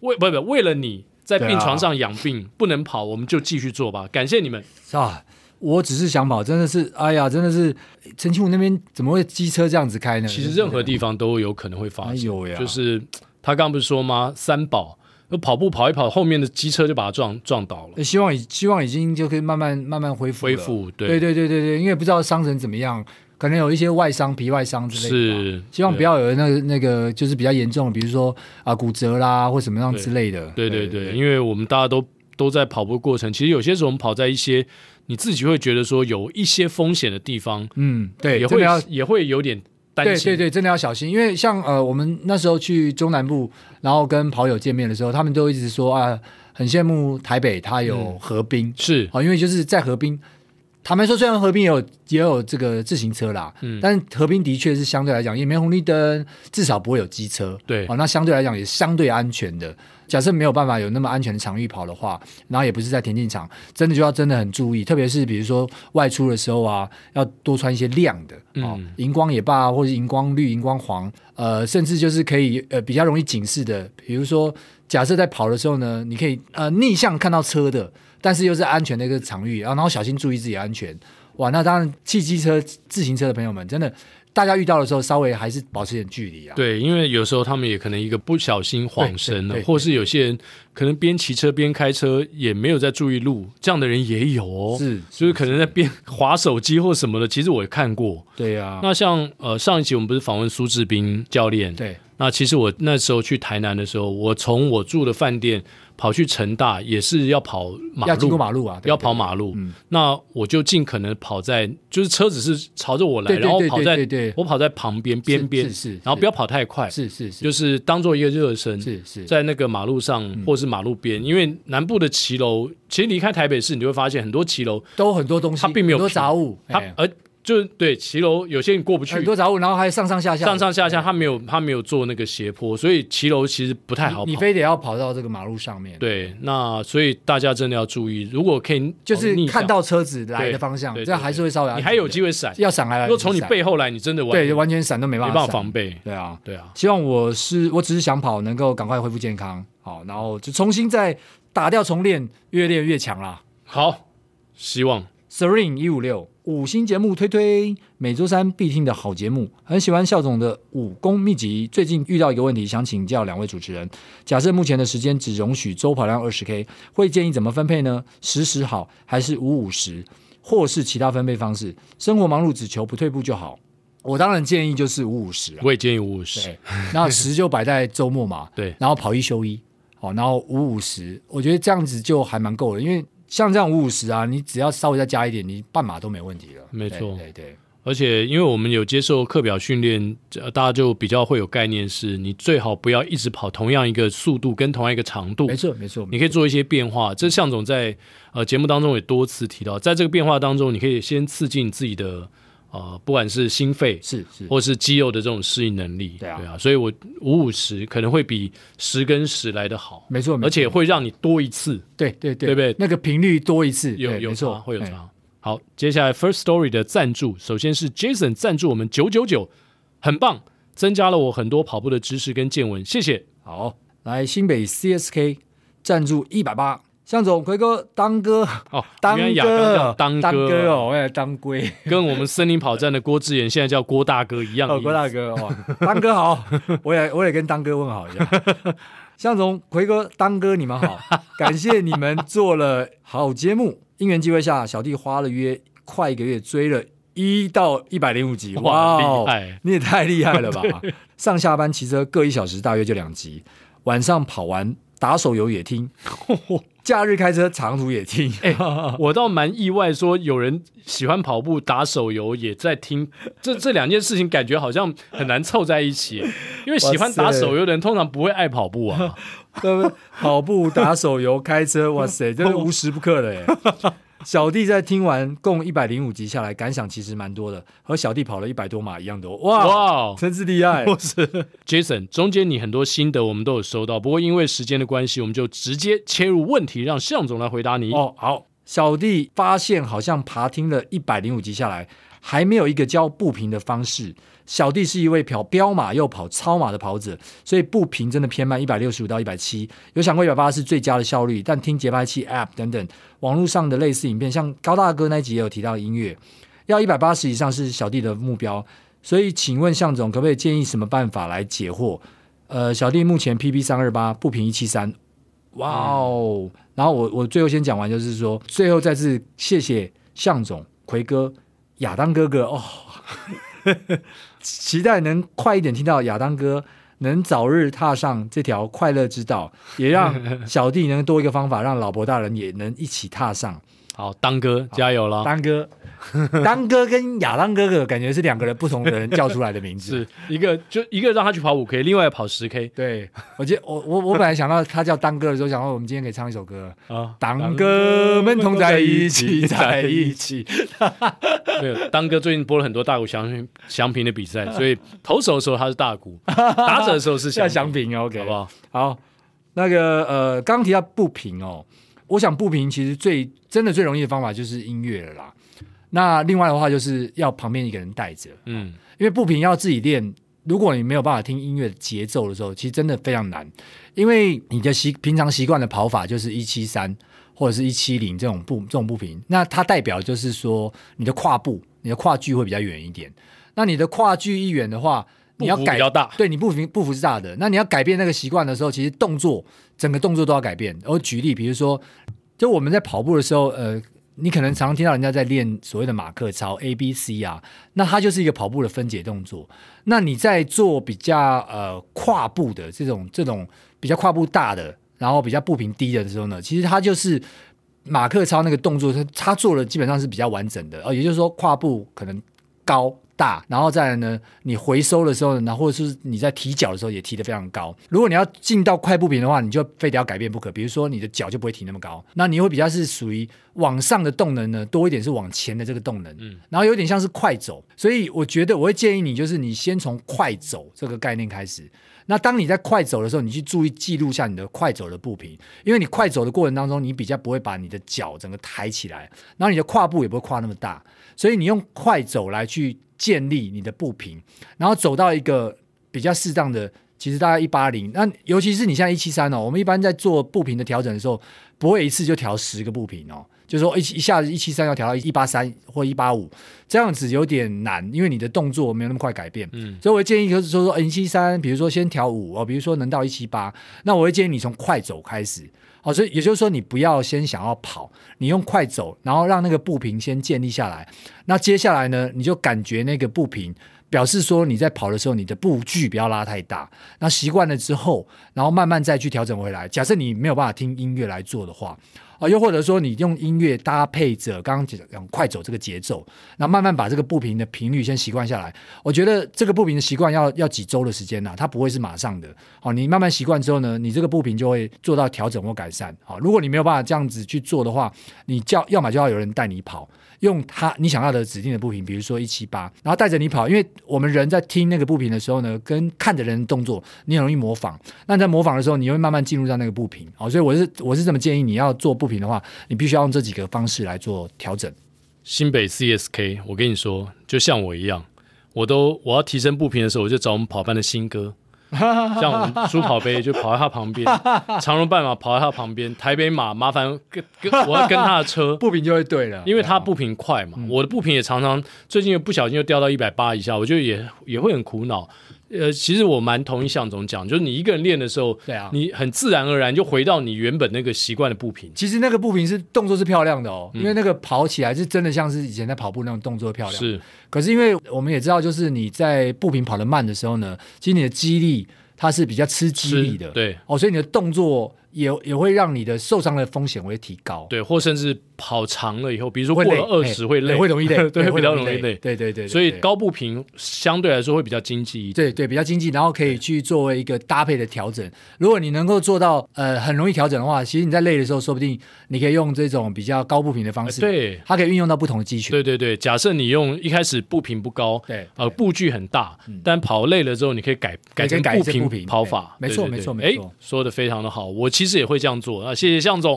[SPEAKER 1] 为不不，为了你在
[SPEAKER 2] 对啊
[SPEAKER 1] 病床上养病、不能跑，我们就继续做吧。感谢你们，
[SPEAKER 2] 真是啊，我只是想跑，真的是，哎呀，真的是陈清武那边怎么会机车这样子开呢？
[SPEAKER 1] 其实任何地方都有可能会发
[SPEAKER 2] 哎
[SPEAKER 1] 生。
[SPEAKER 2] 呦呀，
[SPEAKER 1] 就是他刚刚不是说吗？三宝，就跑步跑一跑，后面的机车就把他撞撞倒了，
[SPEAKER 2] 哎希望已希望已经就可以慢慢慢慢恢复了
[SPEAKER 1] 恢，复
[SPEAKER 2] 对对对对对，因为不知道伤成怎么样，可能有一些外伤、皮外伤之类的吧。
[SPEAKER 1] 是，
[SPEAKER 2] 希望
[SPEAKER 1] 对
[SPEAKER 2] 不要有那个那个就是比较严重的，比如说啊骨折啦或什么样之类的。
[SPEAKER 1] 对对对，因为我们大家都都在跑步过程，其实有些时候我们跑在一些你自己会觉得说有一些风险的地方，
[SPEAKER 2] 嗯，
[SPEAKER 1] 也
[SPEAKER 2] 对，真
[SPEAKER 1] 会
[SPEAKER 2] 的要
[SPEAKER 1] 也会有点担
[SPEAKER 2] 对
[SPEAKER 1] 心。
[SPEAKER 2] 对对，真的要小心，因为像呃，我们那时候去中南部，然后跟跑友见面的时候，他们都一直说啊，很羡慕台北它有河滨，哦
[SPEAKER 1] 是
[SPEAKER 2] 好、因为就是在河滨。坦白说，虽然河滨也有也有这个自行车啦，
[SPEAKER 1] 嗯
[SPEAKER 2] 但河滨的确是相对来讲也没红绿灯，至少不会有机车，
[SPEAKER 1] 对
[SPEAKER 2] 哦，那相对来讲也相对安全的。假设没有办法有那么安全的场域跑的话，然后也不是在田径场，真的就要真的很注意，特别是比如说外出的时候啊，要多穿一些亮的哦，荧光也罢，或者荧光绿、荧光黄，呃，甚至就是可以呃比较容易警示的，比如说假设在跑的时候呢，你可以呃逆向看到车的，但是又是安全的一个场域，然啊后然后小心注意自己的安全。哇，那当然，汽机车、自行车的朋友们，真的大家遇到的时候，稍微还是保持点距离啊。
[SPEAKER 1] 对因为有时候他们也可能一个不小心晃神
[SPEAKER 2] 对
[SPEAKER 1] 了
[SPEAKER 2] 对，对
[SPEAKER 1] 或是有些人可能边骑车边开车也没有在注意路，这样的人也有哦。
[SPEAKER 2] 是，
[SPEAKER 1] 就是可能在边划手机或什么的，其实我也看过。
[SPEAKER 2] 对呀、啊，
[SPEAKER 1] 那像呃上一集我们不是访问苏志斌教练，
[SPEAKER 2] 对，
[SPEAKER 1] 那其实我那时候去台南的时候，我从我住的饭店跑去成大，也是要跑马
[SPEAKER 2] 要经
[SPEAKER 1] 路，
[SPEAKER 2] 过马路啊，对
[SPEAKER 1] 要跑，马路。那我就尽可能跑在，就是车子是朝着我来，
[SPEAKER 2] 对对
[SPEAKER 1] 然后
[SPEAKER 2] 对
[SPEAKER 1] 跑
[SPEAKER 2] 对对
[SPEAKER 1] 在，
[SPEAKER 2] 对，
[SPEAKER 1] 我跑在旁边边边
[SPEAKER 2] 是，是，
[SPEAKER 1] 然后不要跑太快，
[SPEAKER 2] 是是是
[SPEAKER 1] 就是当做一个热身。
[SPEAKER 2] 是嗯是
[SPEAKER 1] 在那个马路上或是马路边，因为南部的骑楼，其实离开台北市，你就会发现很多骑楼，
[SPEAKER 2] 都很多东西，
[SPEAKER 1] 它并没有
[SPEAKER 2] 很多
[SPEAKER 1] 平
[SPEAKER 2] 杂物，
[SPEAKER 1] 它
[SPEAKER 2] 哎
[SPEAKER 1] 呃就是对骑楼有些你过不去
[SPEAKER 2] 很，多杂物，然后还上上下下，
[SPEAKER 1] 上上下
[SPEAKER 2] 哎
[SPEAKER 1] 下它没有它没有做那个斜坡，所以骑楼其实不太好
[SPEAKER 2] 你，你
[SPEAKER 1] 跑。
[SPEAKER 2] 非得要跑到这个马路上面，，
[SPEAKER 1] 对，那所以大家真的要注意，如果可以，
[SPEAKER 2] 就是
[SPEAKER 1] 哦逆向
[SPEAKER 2] 看到车子来的方向，
[SPEAKER 1] 对对对
[SPEAKER 2] 这样还是会稍微安全
[SPEAKER 1] 你
[SPEAKER 2] 的，
[SPEAKER 1] 还有机会闪，
[SPEAKER 2] 要闪还来
[SPEAKER 1] 如
[SPEAKER 2] 得
[SPEAKER 1] 果
[SPEAKER 2] 及
[SPEAKER 1] 从你
[SPEAKER 2] 闪，
[SPEAKER 1] 背后来，你真的完
[SPEAKER 2] 对，完全闪都没
[SPEAKER 1] 没
[SPEAKER 2] 办
[SPEAKER 1] 办法
[SPEAKER 2] 闪
[SPEAKER 1] 防备。
[SPEAKER 2] 对啊，
[SPEAKER 1] 对啊，
[SPEAKER 2] 希望我是我只是想跑，能够赶快恢复健康，好，然后就重新再打掉重练，越练越强啦。
[SPEAKER 1] 好，希望
[SPEAKER 2] Serene 一五六五星节目推推，每周三必听的好节目，很喜欢校总的武功秘籍。最近遇到一个问题，想请教两位主持人：假设目前的时间只容许周跑量二十 K，会建议怎么分配呢？十十好，还是五五十，或是其他分配方式？生活忙碌，只求不退步就好。我当然建议就是五五十啊，
[SPEAKER 1] 我也建议五五十，
[SPEAKER 2] 对，然后十就摆在周末嘛，
[SPEAKER 1] 对
[SPEAKER 2] 然后跑一休一，好，然后五五十，我觉得这样子就还蛮够了，因为像这样五五十啊，你只要稍微再加一点，你半马都没问题了。
[SPEAKER 1] 没
[SPEAKER 2] 对
[SPEAKER 1] 错
[SPEAKER 2] 对对，
[SPEAKER 1] 而且因为我们有接受课表训练，呃大家就比较会有概念是，你最好不要一直跑同样一个速度跟同样一个长度
[SPEAKER 2] 没，错没错，
[SPEAKER 1] 你可以做一些变化。这向总在呃节目当中也多次提到，在这个变化当中，你可以先刺激你自己的呃，不管是心肺
[SPEAKER 2] 是是
[SPEAKER 1] 或是肌肉的这种适应能力，
[SPEAKER 2] 对啊
[SPEAKER 1] 所以我五五十可能会比十跟十来的好，
[SPEAKER 2] 没错，没错
[SPEAKER 1] 而且会让你多一次，
[SPEAKER 2] 对对对
[SPEAKER 1] 对不对
[SPEAKER 2] 那个频率多一次，
[SPEAKER 1] 有
[SPEAKER 2] 对
[SPEAKER 1] 有
[SPEAKER 2] 没
[SPEAKER 1] 差
[SPEAKER 2] 错
[SPEAKER 1] 会有
[SPEAKER 2] 哎
[SPEAKER 1] 差。好，接下来 First Story 的赞助，首先是 Jason 赞助我们九九九，很棒，增加了我很多跑步的知识跟见闻，谢谢。
[SPEAKER 2] 好，来新北 CSK 赞助一百八，向总、奎哥、当哥、
[SPEAKER 1] 哦，
[SPEAKER 2] 当
[SPEAKER 1] 原来亚刚叫
[SPEAKER 2] 哥、
[SPEAKER 1] 当哥
[SPEAKER 2] 哥哦，哎，当归。
[SPEAKER 1] 跟我们森林跑站的郭志远现在叫郭大哥一样的意
[SPEAKER 2] 哦，
[SPEAKER 1] 思。
[SPEAKER 2] 郭大哥，哇，当哥好，我也我也跟当哥问好一下。向总、奎哥、当哥，你 们好，感谢你们做了好节目。因缘机会下，小弟花了约快一个月追了一到一百零五集，
[SPEAKER 1] 哇
[SPEAKER 2] 哦
[SPEAKER 1] 厉害
[SPEAKER 2] 你也太厉害 了吧！上下班骑车各一小时，大约就两集。晚上跑完打手游 也听，假日开车长途也听。
[SPEAKER 1] 我倒蛮意外，说有人喜欢跑步、打手游，也在听 这这两件事情，感觉好像很难凑在一起。因为喜欢打手游的人，通常不会爱跑步啊。
[SPEAKER 2] 对不对？跑步、打手游、开车，哇塞，真是无时不刻的耶！小弟在听完共一百零五集下来，感想其实蛮多的，和小弟跑了一百多码一样多， 哇，
[SPEAKER 1] 哇
[SPEAKER 2] 真是厉害！
[SPEAKER 1] ，Jason，中间你很多心得我们都有收到，不过因为时间的关系，我们就直接切入问题，让向总来回答你。
[SPEAKER 2] 哦，好，小弟发现好像爬听了一百零五集下来，还没有一个教步频的方式，小弟是一位跑彪马又跑超马的跑者，所以步频真的偏慢，一百六十五到一百七。有想过一百八是最佳的效率，但听节拍器 App 等等网络上的类似影片，像高大哥那一集也有提到音乐，要一百八十以上是小弟的目标。所以，请问向总，可不可以建议什么办法来解惑？呃，小弟目前 PB 三二八，步频一七三，哇哦！然后我我最后先讲完，就是说，最后再次谢谢向总、奎哥、亚当哥哥哦，期待能快一点听到亚当哥，能早日踏上这条快乐之道，也 让小弟能多一个方法，让老婆大人也能一起踏上。
[SPEAKER 1] 好，当哥加油了，
[SPEAKER 2] 当哥，当哥跟亚当哥哥感觉是两个人不同的人叫出来的名字。
[SPEAKER 1] 是一个就一个让他去跑五 K，另外跑十 K
[SPEAKER 2] 对，我记得我我我本来想到他叫当哥的时候，想到我们今天可以唱一首歌，
[SPEAKER 1] 啊，
[SPEAKER 2] 当哥们同在一起，在一起。
[SPEAKER 1] 没有，当哥最近播了很多大鼓翔翔平的比赛，所以投手的时候他是大 鼓，打者的时候是
[SPEAKER 2] 叫
[SPEAKER 1] 翔平，
[SPEAKER 2] 祥平，OK，
[SPEAKER 1] 好不好？
[SPEAKER 2] 好，那个呃，刚刚提到不平哦，我想不平其实最真的最容易的方法就是音乐了啦。那另外的话就是要旁边一个人带着，
[SPEAKER 1] 嗯，
[SPEAKER 2] 因为步频要自己练，如果你没有办法听音乐节奏的时候，其实真的非常难，因为你的习平常习惯的跑法就是一七三或者是一七零这种步这种步频，那它代表就是说你的跨步，你的跨距会比较远一点。那你的跨距一远的话，你要
[SPEAKER 1] 步幅
[SPEAKER 2] 改
[SPEAKER 1] 比较大
[SPEAKER 2] 对你步幅步幅是大的。那你要改变那个习惯的时候，其实动作整个动作都要改变。我举例，比如说，就我们在跑步的时候，呃，你可能常听到人家在练所谓的马克操 A B C 啊，那它就是一个跑步的分解动作。那你在做比较呃跨步的这种这种比较跨步大的，然后比较步频低的时候呢，其实它就是马克操那个动作，他他做的基本上是比较完整的，呃，也就是说跨步可能高大，然后再来呢，你回收的时候呢，然后或者是你在提脚的时候也提得非常高。如果你要进到快步频的话，你就非得要改变不可，比如说你的脚就不会提那么高，那你会比较是属于往上的动能呢多一点，是往前的这个动能，嗯，然后有点像是快走，所以我觉得我会建议你，就是你先从快走这个概念开始。那当你在快走的时候，你去注意记录下你的快走的步频，因为你快走的过程当中，你比较不会把你的脚整个抬起来，然后你的跨步也不会跨那么大，所以你用快走来去建立你的步频，然后走到一个比较适当的，其实大概一八零，那尤其是你现在一七三哦，我们一般在做步频的调整的时候，不会一次就调十个步频哦。就是说一一下子一七三要调到一八三或一八五，这样子有点难，因为你的动作没有那么快改变。嗯，所以我会建议就是说说一七三，比如说先调五哦，比如说能到一七八，那我会建议你从快走开始。好、所以也就是说你不要先想要跑，你用快走，然后让那个步频先建立下来。那接下来呢，你就感觉那个步频。表示说你在跑的时候，你的步距不要拉太大。那习惯了之后，然后慢慢再去调整回来。假设你没有办法听音乐来做的话，啊，又或者说你用音乐搭配着刚刚讲快走这个节奏，那慢慢把这个步频的频率先习惯下来。我觉得这个步频的习惯要要几周的时间呐、啊它不会是马上的。好、你慢慢习惯之后呢，你这个步频就会做到调整或改善。好、如果你没有办法这样子去做的话，你叫要么就要有人带你跑，用他你想要的指定的步频，比如说一七八，然后带着你跑。因为我们人在听那个步频的时候呢，跟看的人的动作，你很容易模仿。那你在模仿的时候，你会慢慢进入到那个步频。好、所以我是我是这么建议，你要做步频的话，你必须要用这几个方式来做调整。
[SPEAKER 1] 新北 CSK，我跟你说，就像我一样，我都我要提升步频的时候，我就找我们跑班的新 哥，像我们珠跑杯就跑在他旁边，长荣半马跑在他旁边，台北马麻烦跟跟我要跟他的车，
[SPEAKER 2] 步频就会对啊嗯了，
[SPEAKER 1] 因为他步频快嘛，我的步频也常常最近又不小心又掉到一百八以下，我就也也会很苦恼。呃，其实我蛮同意向总讲，就是你一个人练的时候，
[SPEAKER 2] 对啊
[SPEAKER 1] 你很自然而然就回到你原本那个习惯的步频。
[SPEAKER 2] 其实那个步频是动作是漂亮的哦，因为那个跑起来是真的像是以前在跑步那种动作漂亮。
[SPEAKER 1] 是，
[SPEAKER 2] 可是因为我们也知道，就是你在步频跑得慢的时候呢，其实你的肌力它是比较吃肌力的，
[SPEAKER 1] 是对
[SPEAKER 2] 哦，所以你的动作也也会让你的受伤的风险会提高，
[SPEAKER 1] 对，或甚至跑长了以后，比如说
[SPEAKER 2] 会
[SPEAKER 1] 过
[SPEAKER 2] 累，
[SPEAKER 1] 了二十会累，
[SPEAKER 2] 哎会容 易累，
[SPEAKER 1] 对，比较容
[SPEAKER 2] 易
[SPEAKER 1] 易累。
[SPEAKER 2] 对对对对，
[SPEAKER 1] 所以
[SPEAKER 2] 对
[SPEAKER 1] 高步频相对来说会比较经济一点。
[SPEAKER 2] 对对，比较经济，然后可以去作为一个搭配的调整。如果你能够做到呃很容易调整的话，其实你在累的时候，说不定你可以用这种比较高步频的方式，
[SPEAKER 1] 呃对
[SPEAKER 2] 它可以运用到不同的肌群。
[SPEAKER 1] 对对对，假设你用一开始步频不高，
[SPEAKER 2] 对嗯
[SPEAKER 1] 呃，步距很大，但跑累了之后，你可以改改成
[SPEAKER 2] 改成
[SPEAKER 1] 步
[SPEAKER 2] 步
[SPEAKER 1] 频
[SPEAKER 2] 频
[SPEAKER 1] 跑法。
[SPEAKER 2] 对
[SPEAKER 1] 对
[SPEAKER 2] 没错
[SPEAKER 1] 对对
[SPEAKER 2] 没错
[SPEAKER 1] 哎
[SPEAKER 2] 没错嗯
[SPEAKER 1] 说的非常的好，我其实也会这样做。那谢谢向总，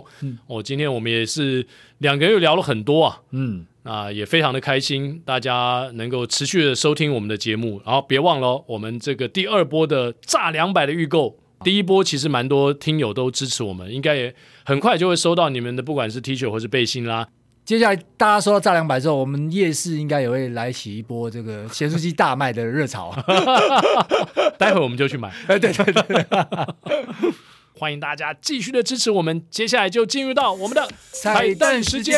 [SPEAKER 1] 我、哦、今天我们也是两个人又聊了很多啊。
[SPEAKER 2] 嗯，
[SPEAKER 1] 那也非常的开心，大家能够持续的收听我们的节目，然后别忘了哦我们这个第二波的炸两百的预购。第一波其实蛮多听友都支持我们，应该也很快就会收到你们的，不管是 T 恤或是背心啦。
[SPEAKER 2] 接下来大家收到炸两百之后，我们夜市应该也会来起一波这个咸酥鸡大卖的热潮。
[SPEAKER 1] 待会我们就去买。
[SPEAKER 2] 哎，对对对，
[SPEAKER 1] 欢迎大家继续的支持我们，接下来就进入到我们的
[SPEAKER 2] 彩蛋时间。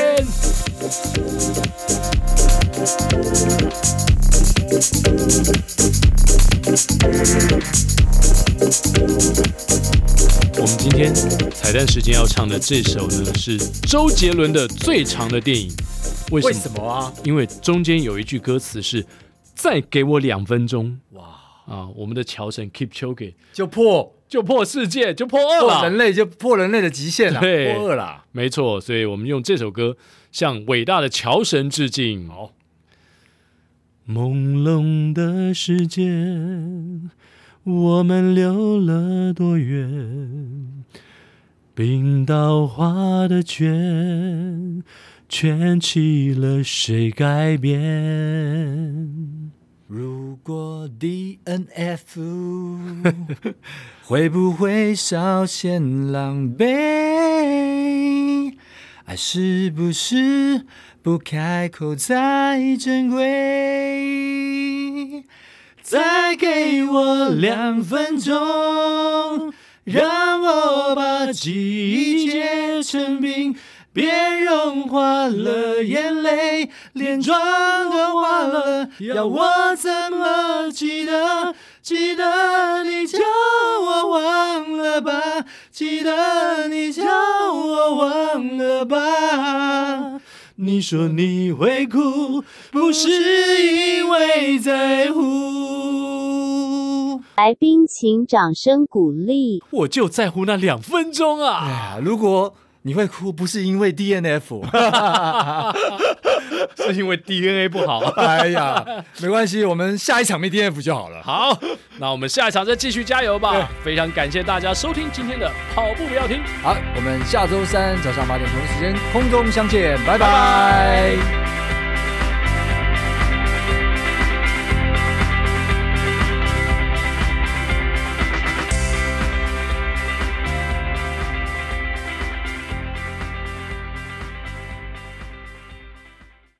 [SPEAKER 1] 我们今天彩蛋时间要唱的这首呢，是周杰伦的最长的电影。为什
[SPEAKER 2] 为
[SPEAKER 1] 么？
[SPEAKER 2] 什么啊？
[SPEAKER 1] 因为中间有一句歌词是“再给我两分钟
[SPEAKER 2] 哇，”
[SPEAKER 1] 啊，我们的乔神 Keep Choking
[SPEAKER 2] 就破
[SPEAKER 1] 就破世界，就破二
[SPEAKER 2] 破人
[SPEAKER 1] 了。
[SPEAKER 2] 类就破人类的极限了，
[SPEAKER 1] 对
[SPEAKER 2] 破二了。
[SPEAKER 1] 没错，所以我们用这首歌向伟大的乔神致敬。哦，朦胧的时间，我们溜了多远？冰岛画的圈，圈起了谁改变？
[SPEAKER 2] 如果 DNF 会不会稍显狼狈？爱是不是不开口才珍贵？再给我两分钟，让我把记忆结成冰，别融化了眼泪，连妆都花了，要我怎么记得？记得你叫我忘了吧，记得你叫我忘了吧。你说你会哭，不是因为在乎。
[SPEAKER 3] 来宾请掌声鼓励。
[SPEAKER 1] 我就在乎那两分钟
[SPEAKER 2] 哎
[SPEAKER 1] 啊！
[SPEAKER 2] 呀，如果你会哭，不是因为 DNF，
[SPEAKER 1] 是因为 DNA 不好。
[SPEAKER 2] 哎呀，没关系，我们下一场没 DNF 就好了。
[SPEAKER 1] 好，那我们下一场再继续加油吧！非常感谢大家收听今天的跑步不要停。
[SPEAKER 2] 好，我们下周三早上八点同一时间空中相见，拜拜